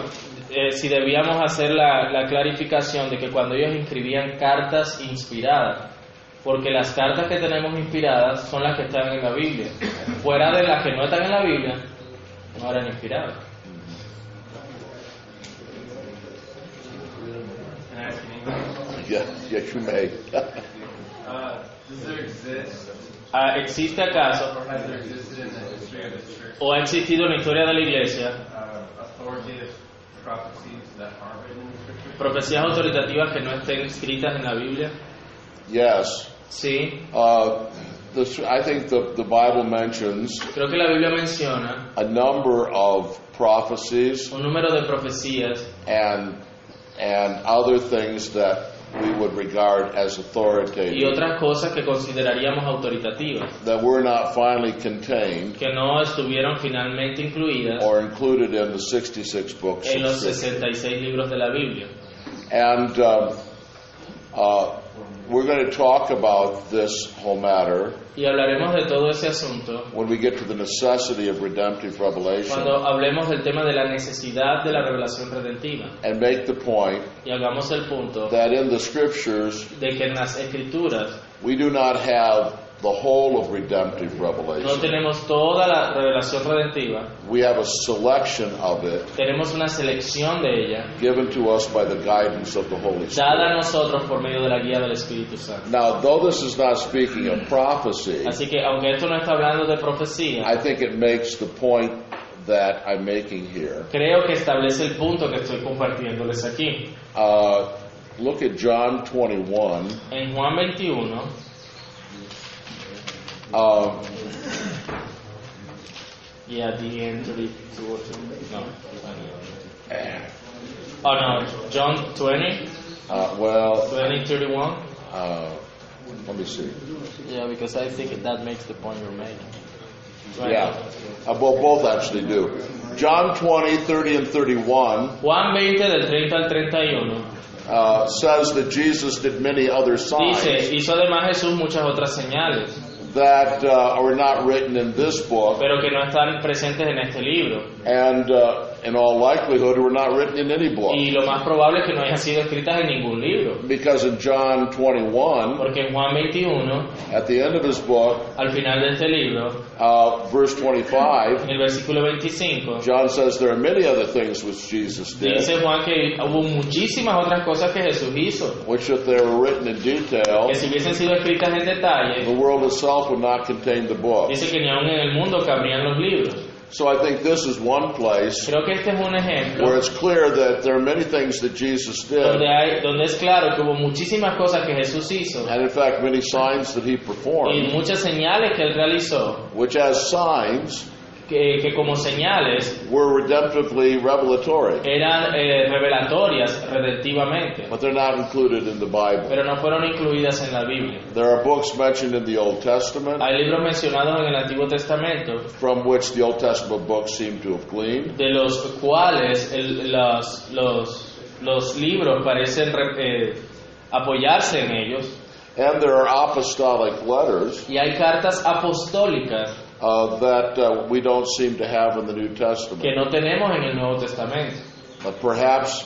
Speaker 2: eh, si debíamos hacer la, la clarificación de que cuando ellos inscribían cartas inspiradas, porque las cartas que tenemos inspiradas son las que están en la Biblia. Fuera de las que no están en la Biblia, no eran inspiradas.
Speaker 1: yes, yes, you may.
Speaker 6: Does there exist,
Speaker 2: Ah, ¿Existe acaso,
Speaker 6: or has there existed in the history of the church,
Speaker 2: o ha existido en la historia de la iglesia,
Speaker 6: uh, authoritative prophecies that aren't written in Scripture?
Speaker 2: profecías autoritativas que no estén escritas en la Biblia?
Speaker 1: yes.
Speaker 2: Sí,
Speaker 1: Uh, this, I think the, the Bible mentions
Speaker 2: creo que la Biblia menciona
Speaker 1: a number of prophecies
Speaker 2: un número de profecías
Speaker 1: and and other things that we would regard as
Speaker 2: y
Speaker 1: authoritative
Speaker 2: otras cosas que consideraríamos autoritativas.
Speaker 1: that were not finally contained
Speaker 2: que no estuvieron finalmente incluidas
Speaker 1: or included in the 66 books.
Speaker 2: en
Speaker 1: of
Speaker 2: los
Speaker 1: Scripture.
Speaker 2: 66 libros de la Biblia.
Speaker 1: And um, uh, we're going to talk about this whole matter
Speaker 2: Y hablaremos de todo ese asunto
Speaker 1: when we get to the necessity of redemptive revelation
Speaker 2: cuando hablemos del tema de la necesidad de la revelación redentiva.
Speaker 1: and make the point
Speaker 2: Y hagamos el punto
Speaker 1: that in the scriptures
Speaker 2: de que en las escrituras
Speaker 1: we do not have the whole of redemptive
Speaker 2: no
Speaker 1: revelation.
Speaker 2: tenemos toda la revelación redentiva,
Speaker 1: We have a selection of it
Speaker 2: tenemos una selección de ella
Speaker 1: given to us by the guidance of the Holy
Speaker 2: dada a
Speaker 1: Spirit.
Speaker 2: nosotros por medio de la guía del Espíritu Santo.
Speaker 1: Now, though this is not speaking of prophecy,
Speaker 2: Así que aunque esto no está hablando de profecía,
Speaker 1: I think it makes the point that I'm making here.
Speaker 2: creo que establece el punto que estoy compartiéndoles aquí.
Speaker 1: Uh, look at John 21.
Speaker 2: En Juan 21,
Speaker 1: Um,
Speaker 2: Yeah, the end to the towards no. Oh no, John 20,
Speaker 1: uh, well,
Speaker 2: 20, 31.
Speaker 1: uh, let me see.
Speaker 2: Yeah, because I think that makes the point you're making.
Speaker 1: Yeah, uh, well, both actually do. John 20, 30, and 31
Speaker 2: Juan 20 del 30 al 31
Speaker 1: uh, says that Jesus did many other
Speaker 2: dice,
Speaker 1: signs
Speaker 2: hizo además Jesús muchas otras señales,
Speaker 1: that uh, are not written in this book
Speaker 2: pero que no están presentes en este libro.
Speaker 1: and, uh, in all likelihood, were not written in any book.
Speaker 2: Y lo más probable es que no hayan sido escritas en ningún libro,
Speaker 1: Because in John 21,
Speaker 2: porque en Juan 21,
Speaker 1: at the end of his book,
Speaker 2: al final de este libro,
Speaker 1: uh, verse 25,
Speaker 2: en el versículo 25,
Speaker 1: John says there are many other things which Jesus did,
Speaker 2: dice Juan que hubo muchísimas otras cosas que Jesús hizo.
Speaker 1: which if they were written in detail,
Speaker 2: que si hubiesen sido escritas en
Speaker 1: The
Speaker 2: detalle,
Speaker 1: world itself would not contain the book.
Speaker 2: dice que ni aun en el mundo cabrían los libros.
Speaker 1: So I think this is one place
Speaker 2: Creo que este es un
Speaker 1: where
Speaker 2: ejemplo
Speaker 1: it's clear that there are many things that Jesus
Speaker 2: donde,
Speaker 1: did,
Speaker 2: hay, donde es claro que hubo muchísimas cosas que Jesús hizo
Speaker 1: and in fact, many signs that he
Speaker 2: y
Speaker 1: performed,
Speaker 2: muchas señales que él realizó,
Speaker 1: which as signs
Speaker 2: que, que como señales
Speaker 1: were redemptively revelatory,
Speaker 2: eran eh, revelatorias redentivamente,
Speaker 1: but they're not included in the Bible.
Speaker 2: pero no fueron incluidas en la Biblia.
Speaker 1: There are books mentioned in the Old Testament
Speaker 2: Hay libros mencionados en el Antiguo Testamento
Speaker 1: from which the Old Testament books seem to have gleaned,
Speaker 2: de los cuales el- los, los, los libros parecen re- eh, apoyarse en ellos,
Speaker 1: and there are apostolic letters
Speaker 2: Y hay cartas apostólicas
Speaker 1: uh, that uh, we don't seem to have in the New
Speaker 2: que
Speaker 1: Testament.
Speaker 2: no tenemos en el Nuevo Testamento.
Speaker 1: But Uh, perhaps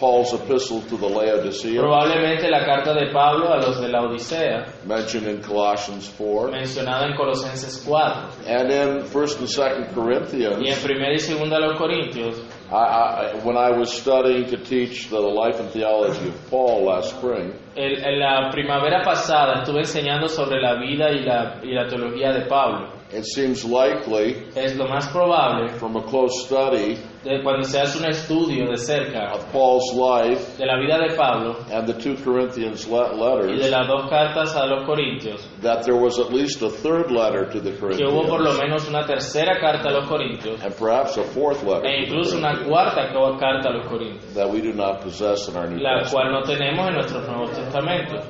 Speaker 1: Paul's epistle to the Laodiceans.
Speaker 2: Probablemente la carta de Pablo a los de la Odisea,
Speaker 1: mentioned in Colossians 4.
Speaker 2: mencionada en Colosenses 4,
Speaker 1: And in 1st and 2nd
Speaker 2: y en
Speaker 1: Corinthians,
Speaker 2: 1 y 2 de los Corintios,
Speaker 1: I, I, when I was studying to teach the life and theology of Paul last spring,
Speaker 2: el- en la primavera pasada estuve enseñando sobre la vida y la, y la teología de Pablo.
Speaker 1: It seems likely,
Speaker 2: Es lo más probable
Speaker 1: from a close study
Speaker 2: de cuando se hace un estudio de cerca
Speaker 1: of Paul's life
Speaker 2: de la vida de Pablo
Speaker 1: and the two Corinthians le-
Speaker 2: y de
Speaker 1: letters,
Speaker 2: las dos cartas a los Corintios,
Speaker 1: that there was at least a third letter to the
Speaker 2: que hubo por lo
Speaker 1: Corinthians,
Speaker 2: menos una tercera carta a los Corintios
Speaker 1: and perhaps a fourth letter
Speaker 2: e
Speaker 1: to the
Speaker 2: incluso una
Speaker 1: Corinthians,
Speaker 2: cuarta co- carta a los Corintios,
Speaker 1: that we do not possess in our New
Speaker 2: la
Speaker 1: Testament.
Speaker 2: cual no tenemos en nuestros Nuevos Testamentos.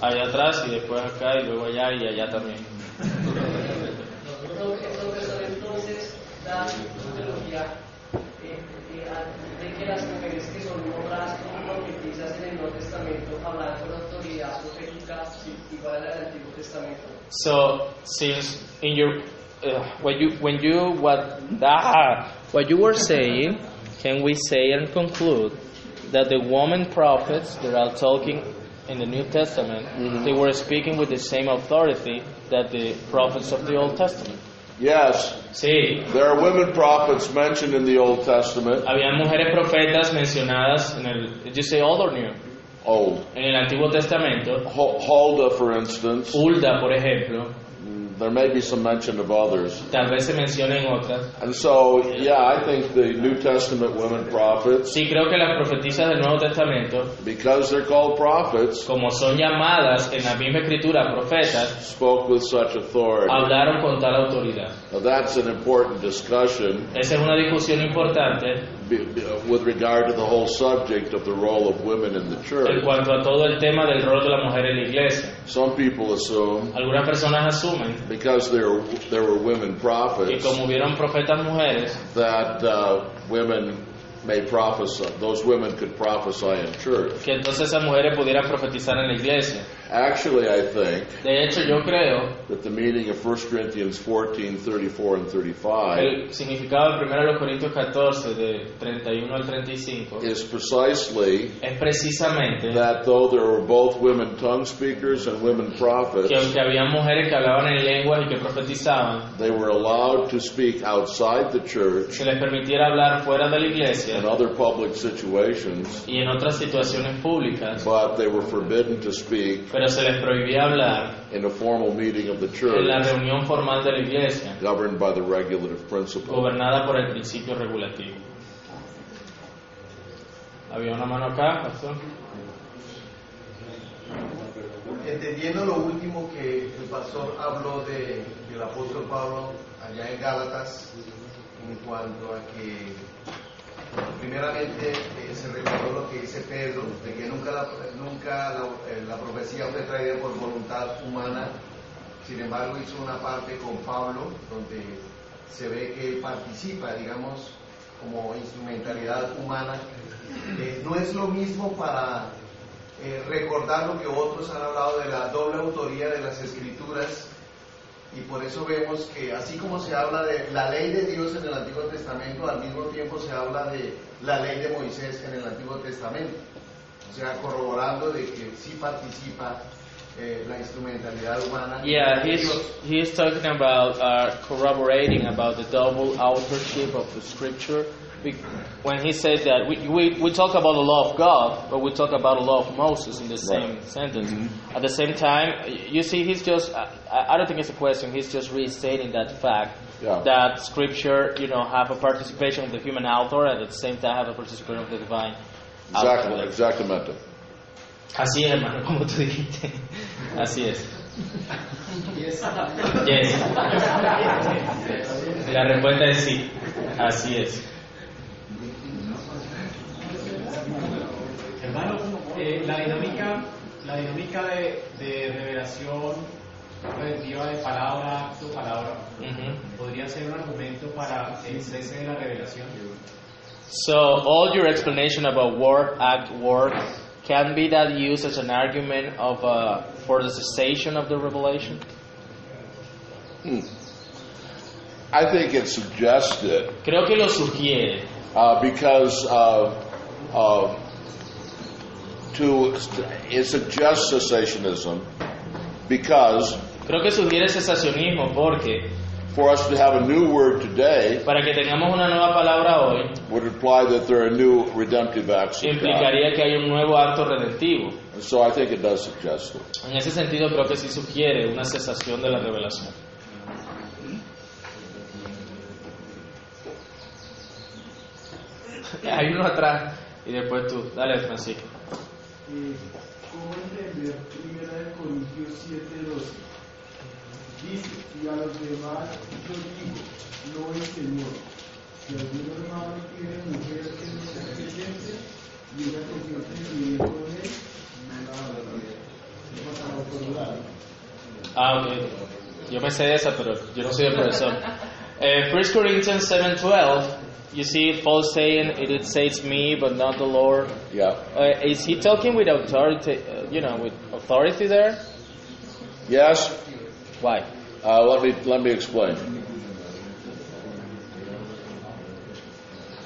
Speaker 2: Allá atrás y después acá y luego allá y allá también.
Speaker 7: Lo que- lo que son entonces da su teología eh, eh, a- de que las mujeres que son obras profetizas en el Nuevo Testamento hablan con autoridad profética igual a la del Antiguo Testamento.
Speaker 2: So since in your uh, when you when you what ah, what you were saying, can we say and conclude that the woman prophets that are talking in the New Testament, they were speaking with the same authority that the prophets of the Old Testament.
Speaker 1: Yes,
Speaker 2: Sí,
Speaker 1: there are women prophets mentioned in the Old Testament,
Speaker 2: había mujeres profetas mencionadas en el did you say Old or New?
Speaker 1: old.
Speaker 2: En el Antiguo Testamento,
Speaker 1: Ho- Huldah, for instance,
Speaker 2: Hulda, por ejemplo,
Speaker 1: there may be some mention of others.
Speaker 2: tal vez se mencionen otras.
Speaker 1: And so, yeah, I think the New Testament women prophets,
Speaker 2: Sí, creo que las profetisas del Nuevo Testamento
Speaker 1: because they're called prophets,
Speaker 2: como son llamadas en la misma escritura profetas,
Speaker 1: spoke with such authority.
Speaker 2: hablaron con tal autoridad.
Speaker 1: Now, that's an important discussion
Speaker 2: Esa es una discusión importante
Speaker 1: be- be- uh, with regard to the whole subject of the role of women in the
Speaker 2: en
Speaker 1: church.
Speaker 2: cuanto a todo el tema del rol de la mujer en la iglesia.
Speaker 1: Some people assume
Speaker 2: Algunas personas asumen
Speaker 1: because there there were women
Speaker 2: que
Speaker 1: prophets
Speaker 2: como hubieron profetas mujeres,
Speaker 1: that uh, women may prophesy. Those women could prophesy in church.
Speaker 2: que entonces esas mujeres pudieran profetizar en la iglesia.
Speaker 1: Actually, I think
Speaker 2: De hecho, yo creo
Speaker 1: that the meaning of 1 Corinthians 14, 34, and
Speaker 2: que
Speaker 1: 35
Speaker 2: el significado de 1 Corintios 14, de 31 al 35,
Speaker 1: is precisely
Speaker 2: es precisamente
Speaker 1: that though there were both women tongue speakers and women
Speaker 2: que
Speaker 1: prophets,
Speaker 2: aunque había mujeres que hablaban en lenguas y que profetizaban,
Speaker 1: they were allowed to speak outside the church
Speaker 2: se les permitiera hablar fuera de la iglesia,
Speaker 1: and other public situations,
Speaker 2: y en otras situaciones públicas,
Speaker 1: but they were forbidden to speak
Speaker 2: pero se les prohibía hablar
Speaker 1: in a formal meeting of the
Speaker 2: en la
Speaker 1: church
Speaker 2: reunión formal de la iglesia,
Speaker 1: governed by the regulative principle.
Speaker 2: gobernada por el principio regulativo. Había una mano acá, pastor.
Speaker 8: Entendiendo lo último que el pastor habló de, del apóstol Pablo allá en Gálatas, en cuanto a que primeramente eh, se recordó lo que dice Pedro, de que nunca la, nunca la, eh, la profecía fue traída por voluntad humana, sin embargo hizo una parte con Pablo, donde se ve que él participa, digamos, como instrumentalidad humana. Eh, no es lo mismo para eh, recordar lo que otros han hablado de la doble autoría de las escrituras y por eso vemos que así como se habla de la ley de Dios en el Antiguo Testamento, al mismo tiempo se habla de la ley de Moisés en el Antiguo Testamento. O sea, corroborando de que sí participa eh, la instrumentalidad humana.
Speaker 2: Yeah,
Speaker 8: de
Speaker 2: he's,
Speaker 8: Dios.
Speaker 2: he's talking about uh, corroborating about the double authorship of the scripture. Be- When he says that, we, we, we talk about the law of God, but we talk about the law of Moses in the same sentence.
Speaker 1: Mm-hmm.
Speaker 2: At the same time, y- you see, he's just, I, I I don't think it's a question, he's just restating that fact
Speaker 1: Yeah.
Speaker 2: that scripture, you know, have a participation of the human author and at the same time have a participation of the divine
Speaker 1: Exactly,
Speaker 2: author.
Speaker 1: exactamente.
Speaker 2: Así es, hermano, como tú dijiste. Así es. Yes. La respuesta es sí. Así es.
Speaker 9: Hermano, eh, la dinámica, la dinámica de, de revelación redentiva de palabra, acto, palabra,
Speaker 2: Mhm.
Speaker 9: podría ser un argumento para el cese de la revelación.
Speaker 2: So all your explanation about word, act, work can be that used as an argument of uh, for the cessation of the revelation.
Speaker 1: I think it's suggested
Speaker 2: Creo que lo sugiere,
Speaker 1: uh, because uh, uh, to it suggests cessationism because
Speaker 2: creo que sugiere cesacionismo porque
Speaker 1: for us to have a new word today
Speaker 2: Para que tengamos una nueva palabra hoy,
Speaker 1: would imply that there are new redemptive acts of God.
Speaker 2: implicaría que hay un nuevo acto redentivo.
Speaker 1: And so I think it does suggest it.
Speaker 2: En ese sentido, creo que sí sugiere una cesación de la revelación. Hay uno atrás y después tú. Dale, Francisco.
Speaker 9: Eh, ¿Cómo entender Primera de Corintios 7:12? Dice, y a los demás yo digo, no el Señor. Si algún hermano tiene mujer que no sea creyente, y ella confiesa en vivir con él, no la abandone. No pasa nada por un lado.
Speaker 2: Ah, ok. Yo me sé esa, pero yo no soy el profesor. Eh, 1 Corinthians 7:12. You see, Paul saying, it says me, but not the Lord.
Speaker 1: Yeah.
Speaker 2: Uh, is he talking with authority? Uh, you know, with authority there?
Speaker 1: Yes?
Speaker 2: Why?
Speaker 1: Uh, let me let me explain.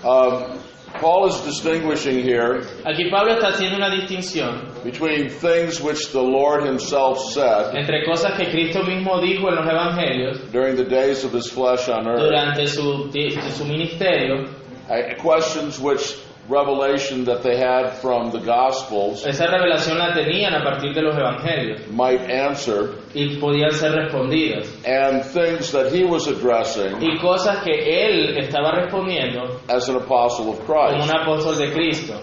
Speaker 1: Um, Paul is distinguishing here
Speaker 2: Aquí Pablo está haciendo una distinción
Speaker 1: between things which the Lord Himself said
Speaker 2: entre cosas que Cristo mismo dijo en los evangelios
Speaker 1: during the days of His flesh on earth,
Speaker 2: durante su, de- de su ministerio,
Speaker 1: uh, questions which revelation that they had from the Gospels
Speaker 2: esa revelación la tenían a partir de los evangelios
Speaker 1: might answer,
Speaker 2: y podían ser respondidas.
Speaker 1: and things that He was addressing
Speaker 2: Y cosas que él estaba respondiendo
Speaker 1: as an apostle of
Speaker 2: como un
Speaker 1: Christ.
Speaker 2: apóstol de Cristo.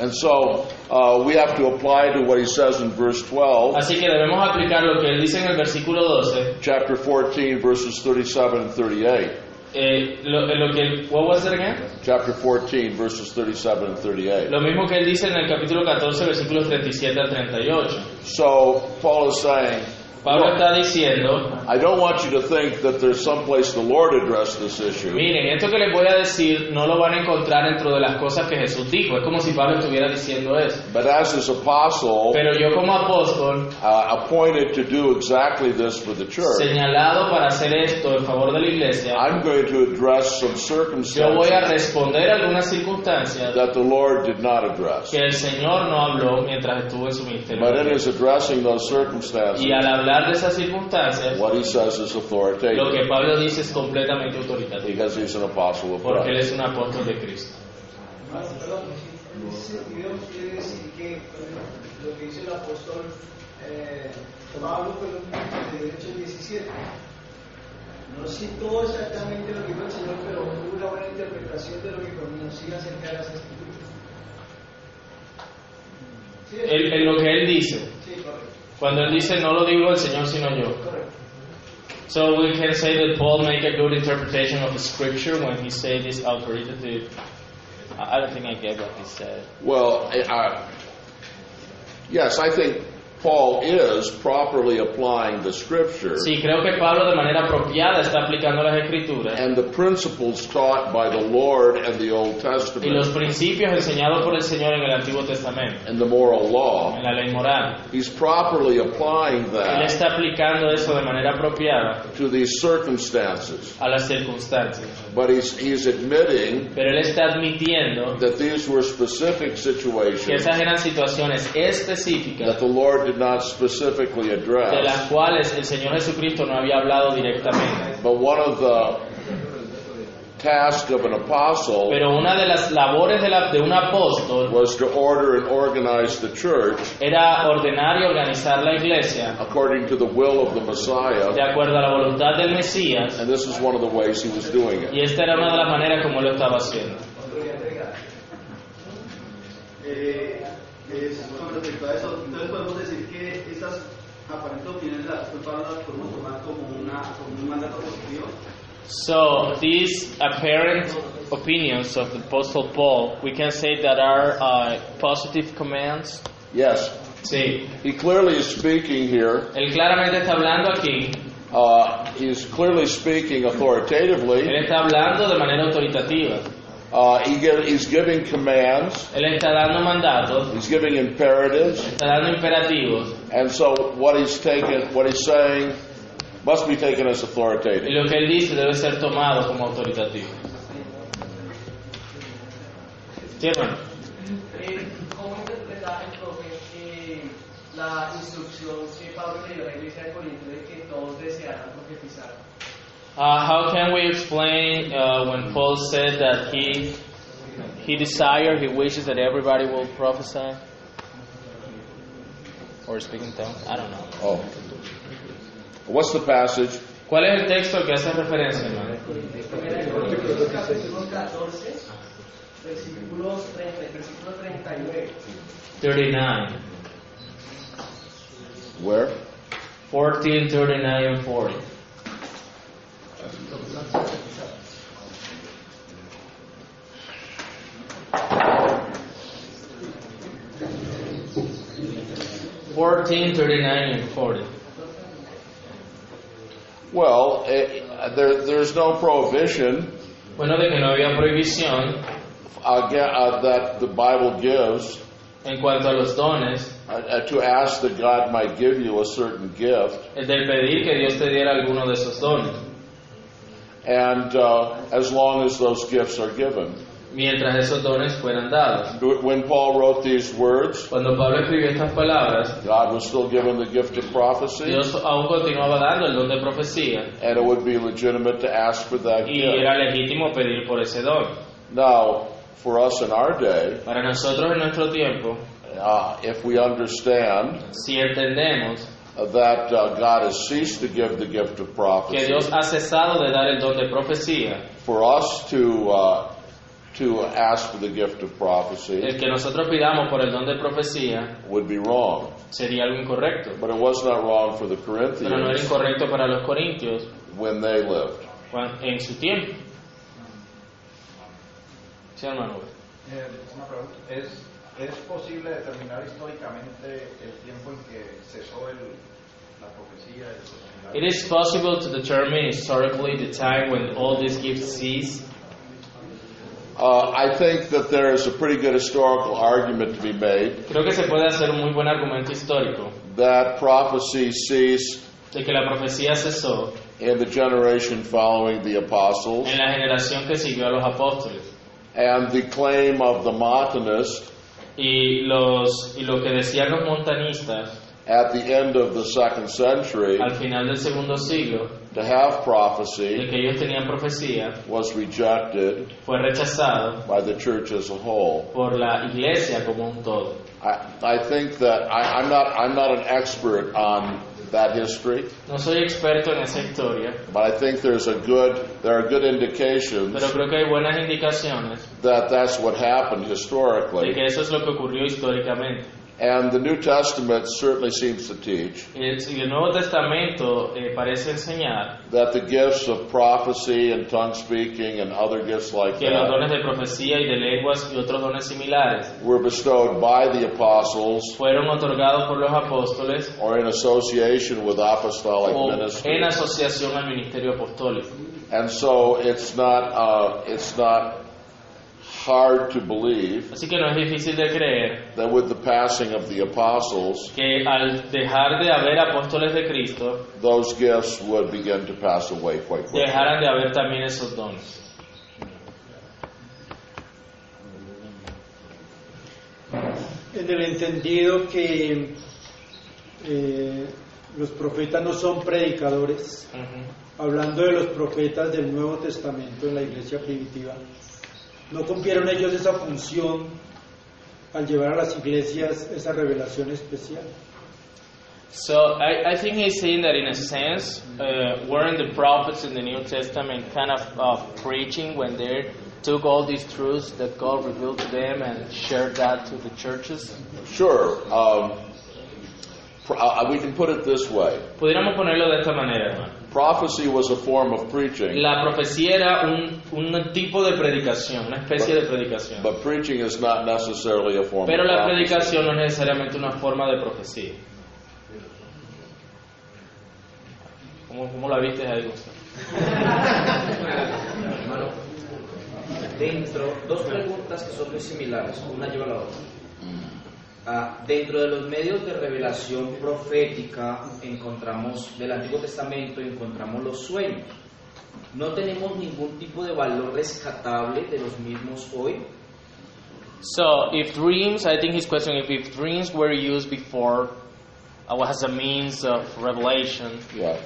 Speaker 1: And so uh, we have to apply to what He says in verse 12.
Speaker 2: Así que debemos aplicar lo que él dice en el versículo 12,
Speaker 1: chapter 14, verses 37 and 38.
Speaker 2: eh, lo, lo que, what was it again?
Speaker 1: Chapter 14, verses 37 and 38.
Speaker 2: Lo mismo que él dice en el capítulo 14, versículos 37 al 38.
Speaker 1: So, Paul is saying,
Speaker 2: Pablo está diciendo
Speaker 1: I don't want you to think that there's someplace the Lord addressed this issue.
Speaker 2: Miren, esto que les voy a decir no lo van a encontrar dentro de las cosas que Jesús dijo. Es como si Pablo estuviera diciendo eso.
Speaker 1: But as his apostle,
Speaker 2: Pero yo como apóstol,
Speaker 1: uh, appointed to do exactly this for the church,
Speaker 2: señalado para hacer esto en favor de la iglesia,
Speaker 1: I'm going to address some
Speaker 2: yo voy a
Speaker 1: circumstances
Speaker 2: responder algunas circunstancias
Speaker 1: that the Lord did not address.
Speaker 2: que el Señor no habló mientras estuvo en su ministerio.
Speaker 1: But in his addressing those
Speaker 2: Y
Speaker 1: circumstances,
Speaker 2: al hablar de esas circunstancias,
Speaker 1: what he says is
Speaker 2: lo
Speaker 1: authoritative
Speaker 2: que Pablo dice es completamente autoritativo,
Speaker 1: because he's an apostle of
Speaker 2: porque él
Speaker 1: Christ.
Speaker 2: es un apóstol de Cristo.
Speaker 9: Más, perdón, en ese sentido quiere decir que pues, lo que dice el apóstol eh, Pablo fue lo que dice en el 17. No citó exactamente lo que dijo el Señor, pero hubo una buena interpretación de lo que conocía acerca de las escrituras.
Speaker 10: Eh,
Speaker 9: Sí,
Speaker 2: Él- en lo que él dice,
Speaker 9: sí, correcto,
Speaker 2: cuando él dice no lo digo el Señor sino yo.
Speaker 9: correcto.
Speaker 2: So we can say that Paul make a good interpretation of scripture when he say this authoritative. I I don't think I get what he said.
Speaker 1: Well, I- I, yes, I think Paul is properly applying the scripture
Speaker 2: Sí, creo que Pablo de manera apropiada está aplicando las escrituras
Speaker 1: and the principles taught by the Lord and the Old
Speaker 2: y los
Speaker 1: Testament
Speaker 2: principios enseñados por el Señor en el Antiguo Testamento,
Speaker 1: and the moral
Speaker 2: en
Speaker 1: law.
Speaker 2: la ley moral.
Speaker 1: He's properly applying
Speaker 2: Él
Speaker 1: that
Speaker 2: está aplicando eso de manera apropiada
Speaker 1: to these circumstances.
Speaker 2: a las circunstancias.
Speaker 1: But he's, he's admitting
Speaker 2: Pero él está admitiendo
Speaker 1: that these were specific
Speaker 2: que
Speaker 1: situations
Speaker 2: esas eran situaciones
Speaker 1: that
Speaker 2: específicas
Speaker 1: the Lord did not specifically
Speaker 2: de las
Speaker 1: address.
Speaker 2: cuales el Señor Jesucristo no había hablado directamente.
Speaker 1: But one of the tasks of an apostle
Speaker 2: Pero una de las labores de, la- de un apóstol
Speaker 1: was to order and organize the church
Speaker 2: era ordenar y organizar la iglesia
Speaker 1: according to the will of the
Speaker 2: de
Speaker 1: Messiah,
Speaker 2: acuerdo a la voluntad del Mesías
Speaker 1: and this is one of the ways he was doing it.
Speaker 2: y esta era una de las maneras como lo estaba haciendo.
Speaker 9: Eh, es, con respecto a eso, entonces podemos decir que esas aparentes opiniones de la apóstol Pablo las podemos tomar como, una, como un mandato positivo.
Speaker 2: So these apparent opinions of the Apostle Paul, we can say that are uh, positive commands.
Speaker 1: Yes,
Speaker 2: Sí,
Speaker 1: he clearly is speaking here.
Speaker 2: él claramente está hablando aquí,
Speaker 1: Uh, he's clearly speaking
Speaker 2: él
Speaker 1: authoritatively.
Speaker 2: está hablando de manera autoritativa,
Speaker 1: Uh, he give, he's giving commands.
Speaker 2: él está dando mandatos,
Speaker 1: He's giving imperatives,
Speaker 2: está dando imperativos
Speaker 1: and so what he's taken, what he's saying, must be taken as
Speaker 2: y
Speaker 1: authoritative.
Speaker 2: lo que él dice debe ser tomado como autoritativo. ¿Sí, hermano?
Speaker 7: Eh, ¿Cómo interpretar el profe eh, la instrucción que Pablo le dio a la iglesia de Corinto de que todos desearan profetizar?
Speaker 2: Uh, how can we explain uh, when Paul said that he he desires, he wishes that everybody will prophesy or speak in tongues? I don't know.
Speaker 1: Oh. What's the passage?
Speaker 2: ¿Cuál es el texto que hace referencia, hermano?
Speaker 7: Corintios capítulo 14, versículos 30, versículo 39.
Speaker 2: 39,
Speaker 1: Where?
Speaker 2: 14, 39, and 40. Fourteen, thirty-nine, and forty.
Speaker 1: Well, eh, there, there's no prohibition
Speaker 2: Bueno, de que no había prohibición
Speaker 1: aga uh, that the Bible gives
Speaker 2: en cuanto a los dones,
Speaker 1: uh, uh, to ask that God might give you a certain gift.
Speaker 2: el del pedir que Dios te diera alguno de esos dones,
Speaker 1: And uh, as long as those gifts are given.
Speaker 2: mientras esos dones fueran dados.
Speaker 1: When Paul wrote these words,
Speaker 2: Cuando Pablo escribió estas palabras,
Speaker 1: God was still given the gift of prophecy,
Speaker 2: Dios aún continuaba dando el don de profecía
Speaker 1: and it would be legitimate to ask for that
Speaker 2: y
Speaker 1: gift.
Speaker 2: era legítimo pedir por ese don.
Speaker 1: Now, for us in our day,
Speaker 2: Para nosotros en nuestro tiempo,
Speaker 1: uh, if we understand
Speaker 2: si entendemos
Speaker 1: that uh, God has ceased to give the gift of
Speaker 2: que
Speaker 1: prophecy,
Speaker 2: Dios ha cesado de dar el don de profecía,
Speaker 1: for us to uh, to ask for the gift of
Speaker 2: el
Speaker 1: prophecy
Speaker 2: que nosotros pidamos por el don de profecía
Speaker 1: would be wrong.
Speaker 2: sería algo incorrecto.
Speaker 1: But it was not wrong for the
Speaker 2: Pero no era
Speaker 1: Corinthians
Speaker 2: incorrecto para los corintios
Speaker 1: when they lived.
Speaker 2: cuan- en su tiempo. Sí, hermano.
Speaker 10: Eh, una pregunta. ¿Es, ¿Es posible determinar históricamente el tiempo en que cesó el, la profecía? y los
Speaker 2: It
Speaker 10: milagros?
Speaker 2: is possible to determine historically the time when all these gifts ceased.
Speaker 1: Uh, I think that there is a pretty good historical argument to be made
Speaker 2: Creo que se puede hacer un muy buen argumento histórico
Speaker 1: that prophecy ceased
Speaker 2: de que la profecía cesó
Speaker 1: in the generation following the apostles,
Speaker 2: en la generación que siguió a los apóstoles.
Speaker 1: and the claim of the Montanist
Speaker 2: Y, los, y lo que decían los montanistas
Speaker 1: at the end of the second century
Speaker 2: al final del segundo siglo,
Speaker 1: to have
Speaker 2: de
Speaker 1: prophecy
Speaker 2: que ellos tenían profecía,
Speaker 1: was rejected
Speaker 2: fue rechazado
Speaker 1: by the church as a whole.
Speaker 2: por la iglesia como un todo.
Speaker 1: I, I think that I, I'm not I'm not an expert on that history,
Speaker 2: No soy experto en esa historia,
Speaker 1: but I think there's a good there are good indications
Speaker 2: pero creo que hay buenas indicaciones
Speaker 1: that that's what happened
Speaker 2: de
Speaker 1: historically.
Speaker 2: que eso es lo que ocurrió históricamente.
Speaker 1: And the New Testament certainly seems to teach
Speaker 2: Y el y Eh, el Nuevo Testamento eh, parece enseñar
Speaker 1: that the gifts of prophecy and tongue speaking and other gifts like
Speaker 2: que
Speaker 1: that
Speaker 2: los dones de profecía y de lenguas y otros dones similares
Speaker 1: were bestowed by the apostles
Speaker 2: fueron otorgados por los apóstoles
Speaker 1: or in association with apostolic
Speaker 2: o en
Speaker 1: ministry.
Speaker 2: asociación al ministerio apostólico.
Speaker 1: And so it's not uh, it's not hard to believe
Speaker 2: Así que no es difícil de creer
Speaker 1: that with the passing of the apostles,
Speaker 2: que al dejar de haber apóstoles de Cristo,
Speaker 1: those gifts would begin to pass away quite quickly.
Speaker 2: dejaran de haber también esos dones.
Speaker 5: en el entendido que eh, los profetas no son predicadores,
Speaker 2: Ujú.
Speaker 5: hablando de los profetas del Nuevo Testamento en la iglesia primitiva, no cumplieron ellos esa función al llevar a las iglesias esa revelación especial.
Speaker 2: So I, I think he's saying that in a sense, uh, weren't the prophets in the New Testament kind of uh, preaching when they took all these truths that God revealed to them and shared that to the churches?
Speaker 1: Sure. Um, pro- uh, we can put it this way
Speaker 2: Pudiéramos ponerlo de esta manera, hermano.
Speaker 1: prophecy was a form of preaching,
Speaker 2: La profecía era un, un tipo de predicación, una especie de predicación.
Speaker 1: but preaching is not necessarily a form
Speaker 2: Pero
Speaker 1: of
Speaker 2: la
Speaker 1: prophecy.
Speaker 2: predicación no es necesariamente una forma de profecía. ¿Cómo, cómo la viste ahí, Gustavo?
Speaker 9: Hermano, dentro, dos preguntas que son muy similares, una lleva a la otra. Ah, dentro de los medios de revelación profética encontramos, del Antiguo Testamento encontramos los sueños. No tenemos ningún tipo de valor rescatable de los mismos hoy.
Speaker 2: So, if dreams, I think his question if, if dreams were used before uh, as a means of revelation,
Speaker 1: Yeah.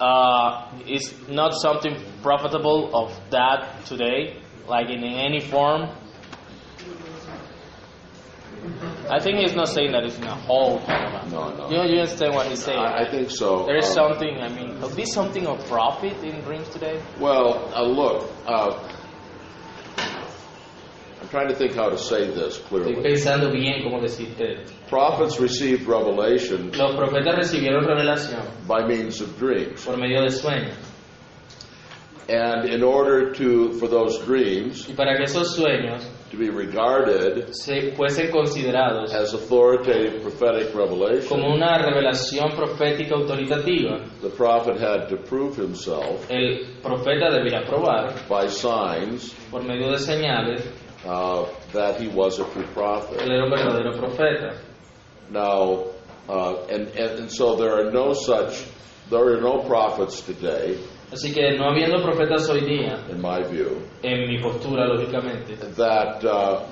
Speaker 11: uh, is not something profitable of that today, like in any form. I think he's not saying that it's in a whole kind of a-
Speaker 1: No, no.
Speaker 11: You, you understand what he's saying?
Speaker 1: I, I think so.
Speaker 11: there is
Speaker 1: Um,
Speaker 11: something, I mean, could be something of profit in dreams today?
Speaker 1: Well, uh, look, uh, I'm trying to think how to say this clearly.
Speaker 2: Estoy pensando bien cómo decirte.
Speaker 1: Prophets received revelation
Speaker 2: Los profetas recibieron revelación
Speaker 1: by means of dreams.
Speaker 2: por medio de sueños.
Speaker 1: And in order to, for those dreams
Speaker 2: Y para que esos sueños
Speaker 1: to be regarded
Speaker 2: se fuesen considerados
Speaker 1: as authoritative prophetic
Speaker 2: como
Speaker 1: revelation,
Speaker 2: una revelación profética autoritativa,
Speaker 1: the prophet had to prove himself
Speaker 2: el profeta debía probar
Speaker 1: by signs
Speaker 2: por medio de señales
Speaker 1: uh, that he was a true
Speaker 2: que él era un
Speaker 1: prophet.
Speaker 2: verdadero profeta.
Speaker 1: Now, uh, and, and, and so there are no such, there are no prophets today,
Speaker 2: Así que no habiendo profetas hoy día,
Speaker 1: in my view,
Speaker 2: en mi postura lógicamente,
Speaker 1: that uh,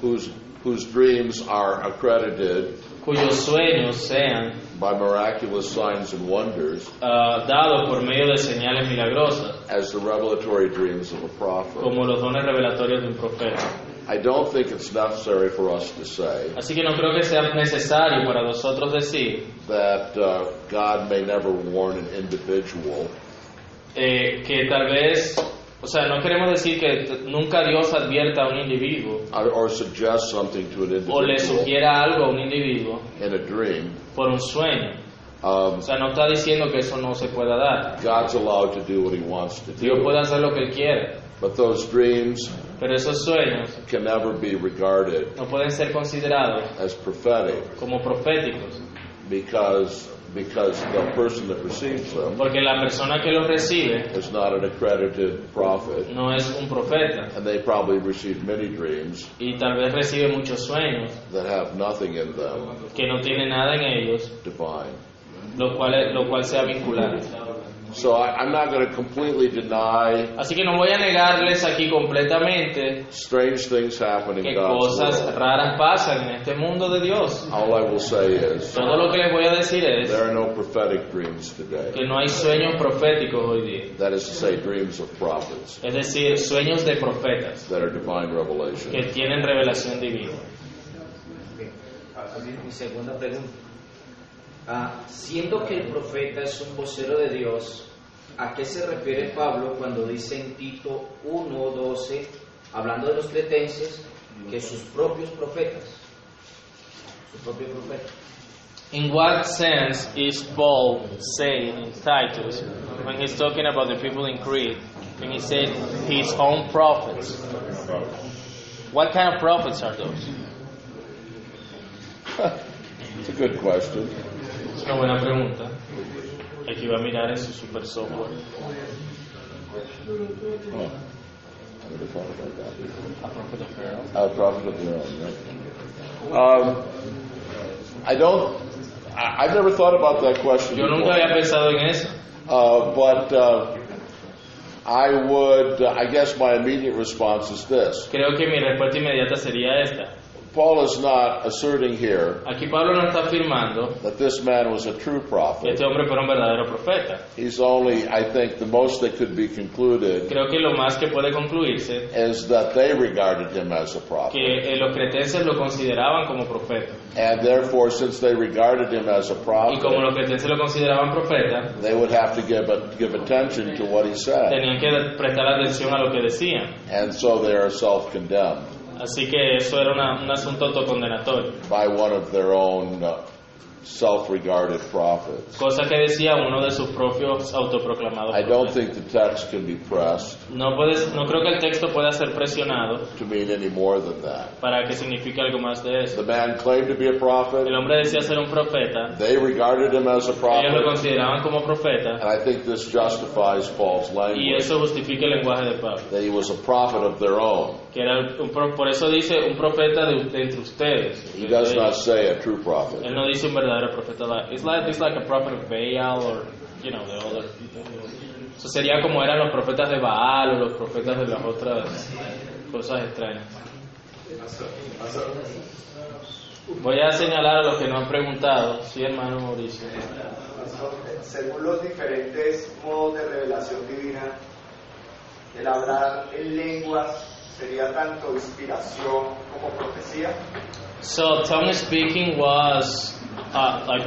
Speaker 1: whose whose dreams are accredited
Speaker 2: cuyos sueños sean
Speaker 1: by miraculous signs and wonders
Speaker 2: ah, dados por medio de señales milagrosas,
Speaker 1: as the revelatory dreams of a prophet.
Speaker 2: como los dones revelatorios de un profeta.
Speaker 1: I don't think it's necessary for us to say
Speaker 2: Así que no creo que sea necesario para nosotros decir
Speaker 1: that uh, God may never warn an individual
Speaker 2: eh, que tal vez, o sea, no queremos decir que t- nunca Dios advierta a un individuo
Speaker 1: or, or suggest something to an
Speaker 2: o le
Speaker 1: individual
Speaker 2: sugiera algo a un individuo
Speaker 1: in a dream.
Speaker 2: por un sueño.
Speaker 1: Um,
Speaker 2: O sea, no está diciendo que eso no se pueda dar.
Speaker 1: God's allowed to do what He wants to
Speaker 2: Dios
Speaker 1: do,
Speaker 2: puede hacer lo que Él quiera,
Speaker 1: but those dreams
Speaker 2: pero esos sueños
Speaker 1: can never be regarded
Speaker 2: no pueden ser considerados
Speaker 1: as prophetic
Speaker 2: como proféticos,
Speaker 1: because because the person that receives them
Speaker 2: porque la persona que los recibe
Speaker 1: is not an accredited prophet,
Speaker 2: no es un profeta
Speaker 1: and they probably receive many dreams
Speaker 2: y tal vez recibe muchos sueños
Speaker 1: that have nothing in them
Speaker 2: que no tienen nada en ellos,
Speaker 1: divine.
Speaker 2: lo cual, es- lo cual sea vinculante.
Speaker 1: So I, I'm not going to completely deny
Speaker 2: Así que no voy a negarles aquí completamente
Speaker 1: strange things happen in
Speaker 2: que
Speaker 1: God's
Speaker 2: cosas
Speaker 1: world.
Speaker 2: raras pasan en este mundo de Dios.
Speaker 1: All I will say is
Speaker 2: Todo lo que les voy a decir es
Speaker 1: there are no prophetic dreams
Speaker 2: que
Speaker 1: today.
Speaker 2: no hay sueños proféticos hoy día,
Speaker 1: That is to say, dreams of prophets
Speaker 2: es decir, sueños de profetas.
Speaker 1: that are divine
Speaker 2: que
Speaker 1: revelation.
Speaker 2: tienen revelación divina.
Speaker 12: Mi segunda pregunta. Ah, siendo que el profeta es un vocero de Dios, ¿a qué se refiere Pablo cuando dice en Tito 1.12, hablando de los cretenses, que sus propios profetas, sus propios profetas,
Speaker 11: In what sense is Paul saying in Titus when he's talking about the people in Crete, when he says his own prophets? What kind of prophets are those?
Speaker 1: It's a good question.
Speaker 2: Es una buena pregunta. Aquí va a mirar en su super software.
Speaker 1: Oh, I never thought about that.
Speaker 2: A prophet of Pharaoh.
Speaker 1: A prophet of your own, right? Um, I don't. I, I've never thought about that question.
Speaker 2: Yo nunca
Speaker 1: before.
Speaker 2: había pensado en eso.
Speaker 1: Uh, but uh, I would. uh, I guess my immediate response is this:
Speaker 2: Creo que mi respuesta inmediata sería esta.
Speaker 1: Paul is not asserting here
Speaker 2: Aquí Pablo no está afirmando
Speaker 1: that this man was a true
Speaker 2: que
Speaker 1: prophet.
Speaker 2: este hombre fuera un verdadero profeta.
Speaker 1: He's only, I think, the most that could be concluded
Speaker 2: Creo que lo más que puede concluirse
Speaker 1: is that they regarded him as a prophet,
Speaker 2: que eh, los cretenses lo consideraban como profeta.
Speaker 1: and therefore, since they regarded him as a
Speaker 2: Y como
Speaker 1: prophet,
Speaker 2: los cretenses lo consideraban profeta,
Speaker 1: they would have to give a, give attention to what he said.
Speaker 2: tenían que prestar atención a lo que decían.
Speaker 1: And so they are self condemned
Speaker 2: Así que eso era una- un asunto autocondenatorio.
Speaker 1: by one of their own self regarded prophets.
Speaker 2: Cosa que decía uno de sus propios autoproclamados.
Speaker 1: I don't
Speaker 2: profetas.
Speaker 1: think the text can be pressed
Speaker 2: No, puedes, no creo que el texto pueda ser presionado
Speaker 1: to mean any more than that.
Speaker 2: para que signifique algo más de eso.
Speaker 1: The man claimed to be a prophet,
Speaker 2: El hombre decía ser un profeta,
Speaker 1: they regarded him as a
Speaker 2: ellos lo
Speaker 1: prophet,
Speaker 2: consideraban como
Speaker 1: and
Speaker 2: profeta,
Speaker 1: I think this justifies Paul's
Speaker 2: y
Speaker 1: language
Speaker 2: eso justifica el lenguaje de Pablo.
Speaker 1: that he was a prophet of their own.
Speaker 2: Que era un pro- por eso dice un profeta de, de entre ustedes.
Speaker 1: He does not say a true prophet.
Speaker 2: Él no dice un verdadero profeta. like- It's like, it's like a prophet of Baal or, you know, the other. Eso sería como eran los profetas de Baal o los profetas de las otras cosas extrañas. Voy a señalar a los que no han preguntado. Sí, hermano Mauricio.
Speaker 8: Según los diferentes modos de revelación divina, el hablar en lenguas sería tanto inspiración como profecía.
Speaker 2: So tongue speaking was uh, like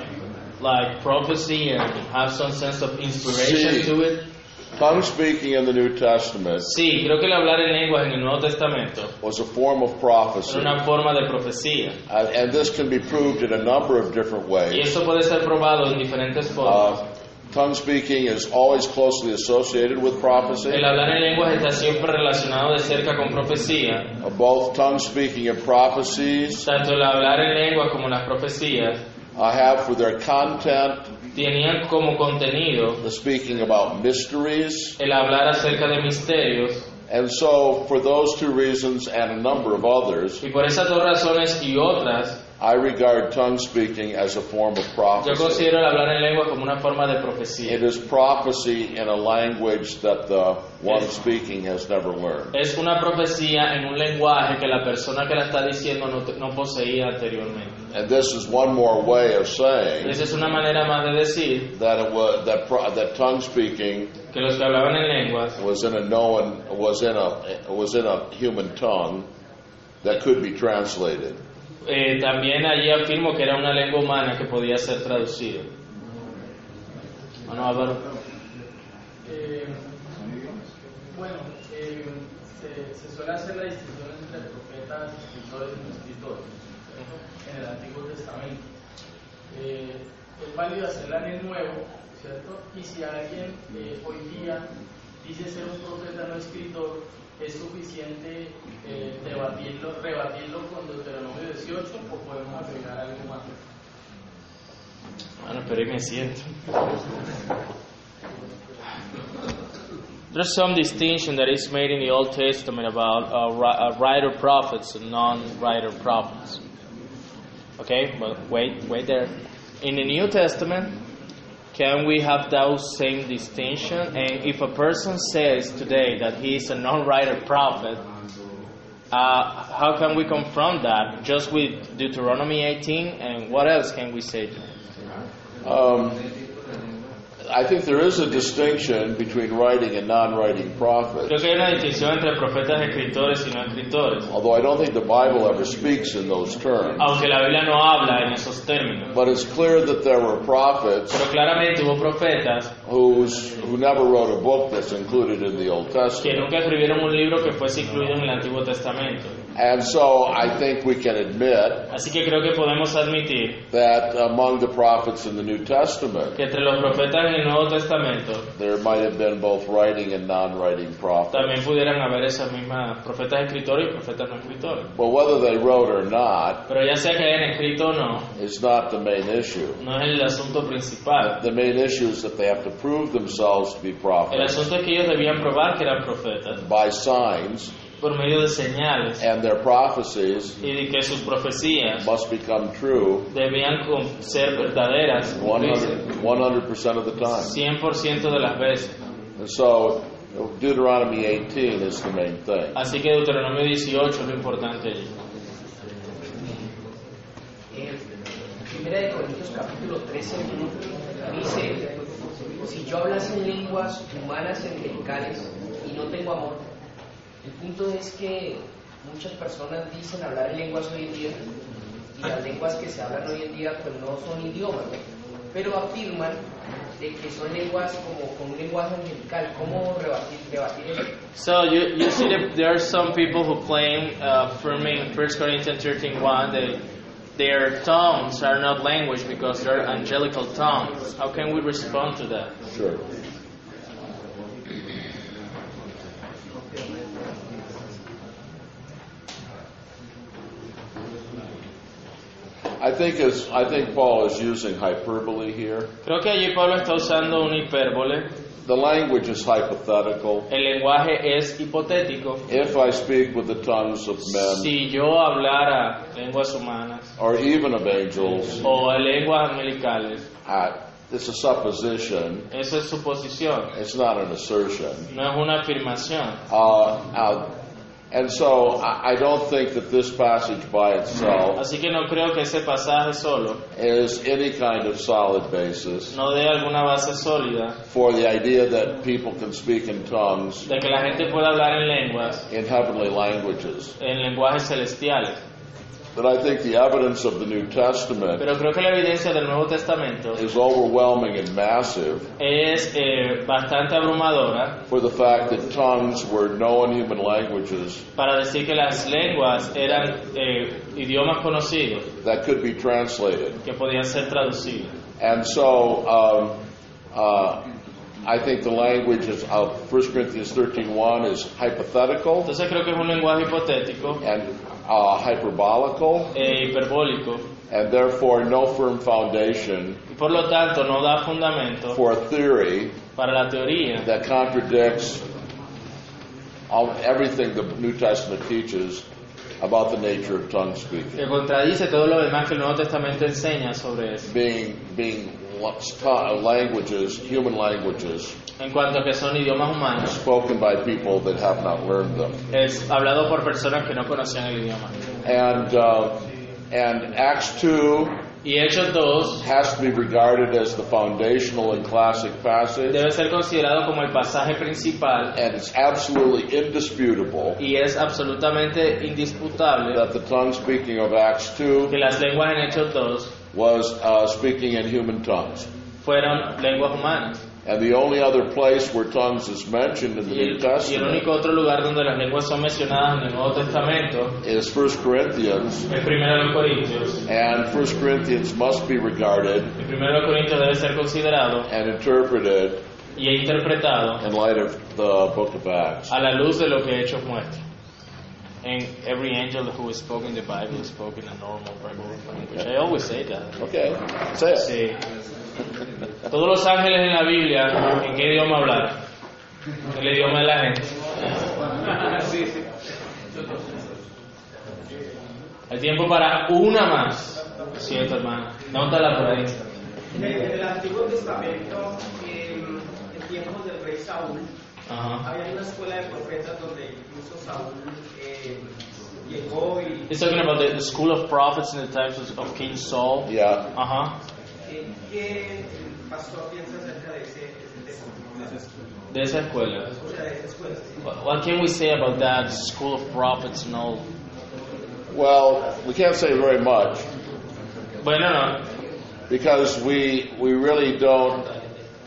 Speaker 2: like prophecy and have some sense of inspiration
Speaker 1: Sí.
Speaker 2: to it.
Speaker 1: Tongue speaking in the New Testament
Speaker 2: Sí, creo que el hablar en lenguas en el Nuevo Testamento
Speaker 1: was a form of
Speaker 2: era
Speaker 1: prophecy.
Speaker 2: una forma de profecía.
Speaker 1: And, and this can be proved in a number of different ways.
Speaker 2: Y eso puede ser probado en diferentes formas.
Speaker 1: Uh, tongue speaking is always closely associated with prophecy.
Speaker 2: El hablar en lenguas está siempre relacionado de cerca con profecía.
Speaker 1: Uh, Both tongue speaking and prophecies
Speaker 2: Tanto el hablar en lenguas como las profecías
Speaker 1: uh, have for their content
Speaker 2: tenían como contenido
Speaker 1: the speaking about mysteries.
Speaker 2: el hablar acerca de misterios.
Speaker 1: And so, for those two reasons and a number of others,
Speaker 2: Y por esas dos razones y otras,
Speaker 1: I regard tongue speaking as a form of
Speaker 2: yo
Speaker 1: prophecy.
Speaker 2: considero el hablar en lenguas como una forma de profecía.
Speaker 1: It is prophecy in a language that the one speaking has never learned.
Speaker 2: Es una profecía en un lenguaje que la persona que la está diciendo no, te- no poseía anteriormente.
Speaker 1: And this is one more way of saying
Speaker 2: Esa es una manera más de decir
Speaker 1: that it was that pro, that tongue speaking
Speaker 2: que los que hablaban en lenguas
Speaker 1: was in a known was in a was in a human tongue that could be translated.
Speaker 2: eh, también allí afirmo que era una lengua humana que podía ser traducida. ¿O no, Álvaro?
Speaker 7: Eh, bueno, eh, se, se suele hacer la distinción entre profetas, escritores y no escritores en el Antiguo Testamento. Eh, es válido hacerla en el Nuevo, ¿cierto? Y si alguien eh, hoy día dice ser un profeta no escritor, es suficiente eh, debatirlo, rebatirlo con Deuteronomio 18 o podemos agregar algo más.
Speaker 2: Bueno, pero ahí me siento. There's some distinction that is made in the Old Testament about uh, ri- uh, writer prophets and non-writer prophets. Okay, well, wait, wait there. In the New Testament, can we have those same distinction? And if a person says today that he is a non-writer prophet, uh, how can we confront that just with Deuteronomy 18? And what else can we say?
Speaker 1: Um, I think there is a distinction between writing and non-writing prophets,
Speaker 2: Creo que hay una distinción entre profetas, escritores y no escritores,
Speaker 1: although I don't think the Bible ever speaks in those terms.
Speaker 2: aunque la Biblia no habla en esos términos.
Speaker 1: But it's clear that there were prophets
Speaker 2: Pero claramente hubo profetas
Speaker 1: who's, who never wrote a book that's included in the Old
Speaker 2: que
Speaker 1: Testament.
Speaker 2: nunca escribieron un libro que fuese incluido en el Antiguo Testamento.
Speaker 1: And so I think we can admit
Speaker 2: Así que creo que podemos admitir
Speaker 1: that among the prophets in the New Testament,
Speaker 2: que entre los profetas en el Nuevo Testamento
Speaker 1: there might have been both writing and non-writing prophets.
Speaker 2: también pudieran haber esas mismas profetas escritores y profetas no escritores.
Speaker 1: But whether they wrote or not
Speaker 2: Pero ya sea que hayan escrito o no,
Speaker 1: is not the main issue.
Speaker 2: no es el asunto principal.
Speaker 1: The main issue is that they have to prove themselves to be
Speaker 2: El
Speaker 1: prophets
Speaker 2: asunto es que ellos debían probar que eran profetas
Speaker 1: by signs,
Speaker 2: por medio de señales
Speaker 1: and their prophecies
Speaker 2: y de que sus profecías
Speaker 1: must become true
Speaker 2: debían com- ser verdaderas
Speaker 1: 100, 100% of the time.
Speaker 2: 100% de las veces.
Speaker 1: And so Deuteronomy 18 is the main thing.
Speaker 2: Así que Deuteronomio 18 es lo importante allí.
Speaker 13: Eh, Primera de Corintios capítulo 13 dice, si yo hablas en lenguas humanas y angelicales y no tengo amor, el punto es que muchas personas dicen hablar en lenguas hoy en día y las lenguas que se hablan hoy en día pues no son idiomas, ¿no? pero afirman de que son lenguas como con un lenguaje angelical. ¿Cómo rebatir, rebatir eso?
Speaker 2: So you, you see that there are some people who claim, uh, affirming 1 Corinthians 13 that their tongues are not language because they're angelical tongues. How can we respond to that?
Speaker 1: Sure. I think it's, I think Paul is using hyperbole here.
Speaker 2: Creo que allí Pablo está usando un hipérbole.
Speaker 1: The language is hypothetical.
Speaker 2: El lenguaje es hipotético.
Speaker 1: If I speak with the tongues of men
Speaker 2: Si yo hablara lenguas humanas
Speaker 1: or even of angels,
Speaker 2: o lenguas angelicales,
Speaker 1: I, it's a supposition.
Speaker 2: eso es suposición,
Speaker 1: It's not an assertion.
Speaker 2: no es una afirmación.
Speaker 1: Uh, uh, And so I I don't think that this passage by itself
Speaker 2: Así que no creo que ese pasaje solo
Speaker 1: is any kind of solid basis
Speaker 2: no dé alguna base sólida
Speaker 1: for the idea that people can speak in tongues
Speaker 2: de que la gente pueda hablar en lenguas,
Speaker 1: in heavenly languages.
Speaker 2: en lenguajes celestiales.
Speaker 1: But I think the evidence of the New Testament
Speaker 2: Pero creo que la evidencia del Nuevo Testamento
Speaker 1: is overwhelming and massive
Speaker 2: es eh, bastante abrumadora
Speaker 1: for the fact that tongues were known human languages
Speaker 2: para decir que las lenguas eran eh, idiomas conocidos
Speaker 1: that could be translated.
Speaker 2: que podían ser traducidos.
Speaker 1: And so um, uh, I think the language is of 1 Corinthians 13.1 is hypothetical
Speaker 2: Entonces creo que es un lenguaje hipotético,
Speaker 1: and uh, hyperbolical
Speaker 2: eh, hiperbólico,
Speaker 1: and therefore no firm foundation
Speaker 2: y por lo tanto no da fundamento
Speaker 1: for a theory
Speaker 2: para la teoría
Speaker 1: that contradicts all, everything the New Testament teaches about the nature of tongue speaking.
Speaker 2: que contradice todo lo demás que el Nuevo Testamento enseña sobre eso,
Speaker 1: Being, being lo- ta- languages, human languages,
Speaker 2: en cuanto a que son idiomas humanos,
Speaker 1: spoken by people that have not learned them.
Speaker 2: es hablado por personas que no conocían el idioma.
Speaker 1: And, uh, and Acts 2
Speaker 2: Y Hechos 2
Speaker 1: has to be regarded as the foundational and classic passage,
Speaker 2: debe ser considerado como el pasaje principal
Speaker 1: and it's absolutely indisputable
Speaker 2: y es absolutamente indisputable
Speaker 1: that the tongue speaking of Acts 2
Speaker 2: que las lenguas en Hechos 2
Speaker 1: was uh, speaking in human tongues.
Speaker 2: fueron lenguas humanas.
Speaker 1: And the only other place where tongues is mentioned in the
Speaker 2: Y
Speaker 1: New
Speaker 2: el, y el único
Speaker 1: Testament
Speaker 2: otro lugar donde las lenguas son mencionadas en el Nuevo Testamento
Speaker 1: is 1 Corinthians,
Speaker 2: es primero de los Corintios.
Speaker 1: and 1 Corinthians must be regarded
Speaker 2: El primero de los Corintios debe ser considerado
Speaker 1: and interpreted
Speaker 2: y interpretado
Speaker 1: in light of the book of Acts.
Speaker 2: a la luz de lo que Hechos muestra. And every angel who is spoken in the Bible is spoken in a normal Bible language. I always say that.
Speaker 1: Okay, say it.
Speaker 2: Sí. Todos los ángeles en la Biblia, ¿en qué idioma hablan? El idioma de la gente. Hay tiempo para una más. Lo Siento, hermano. Nótala por ahí.
Speaker 9: En el, en el Antiguo Testamento, en, en tiempos del rey Saúl,
Speaker 2: Ajá.
Speaker 9: había una escuela de profetas donde incluso Saúl eh, llegó y
Speaker 2: He's talking about the, the school of prophets in the times of, of King Saul.
Speaker 1: Yeah.
Speaker 2: Ajá.
Speaker 9: eh, ¿qué el pastor piensa acerca de ese, de ese tema?
Speaker 2: De esa escuela.
Speaker 9: O sea, de esa escuela. ¿sí?
Speaker 2: What, what can we say about that school of prophets and all?
Speaker 1: Well, we can't say very much
Speaker 2: Bueno, no.
Speaker 1: because we we really don't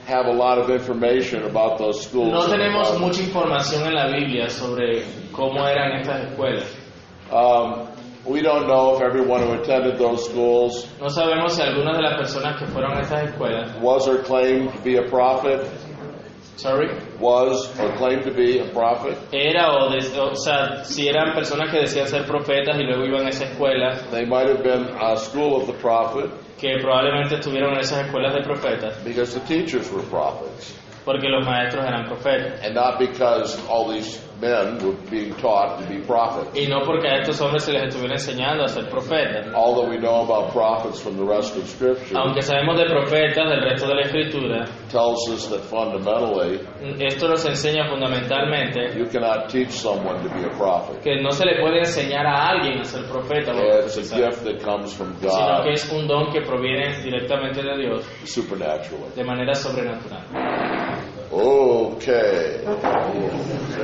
Speaker 1: have a lot of information about those schools.
Speaker 2: No tenemos mucha información en la Biblia sobre cómo eran estas escuelas.
Speaker 1: Um, we don't know if everyone who attended those schools
Speaker 2: No sabemos si algunas de las personas que fueron a estas escuelas,
Speaker 1: was or claimed to be a prophet,
Speaker 2: sorry,
Speaker 1: was or claimed to be a prophet.
Speaker 2: era o, des- o sea, si eran personas que decían ser profetas y luego iban a esas escuelas,
Speaker 1: They might have been a school of the prophet
Speaker 2: que probablemente estuvieron en esas escuelas de profetas,
Speaker 1: because the teachers were prophets,
Speaker 2: porque los maestros eran profetas.
Speaker 1: and not because all these men were being taught to be prophets.
Speaker 2: Y no porque a estos hombres se les estuviera enseñando a ser profetas.
Speaker 1: All that we know about prophets from the rest of Scripture
Speaker 2: Aunque sabemos de profetas del resto de la escritura,
Speaker 1: tells us that fundamentally
Speaker 2: esto nos enseña fundamentalmente
Speaker 1: You cannot teach someone to be a prophet.
Speaker 2: que no se le puede enseñar a alguien a ser profeta, o a
Speaker 1: It's a
Speaker 2: profetizar,
Speaker 1: gift that comes from
Speaker 2: sino que
Speaker 1: God
Speaker 2: es un don que proviene directamente de Dios
Speaker 1: supernaturally.
Speaker 2: de manera sobrenatural.
Speaker 1: Okay.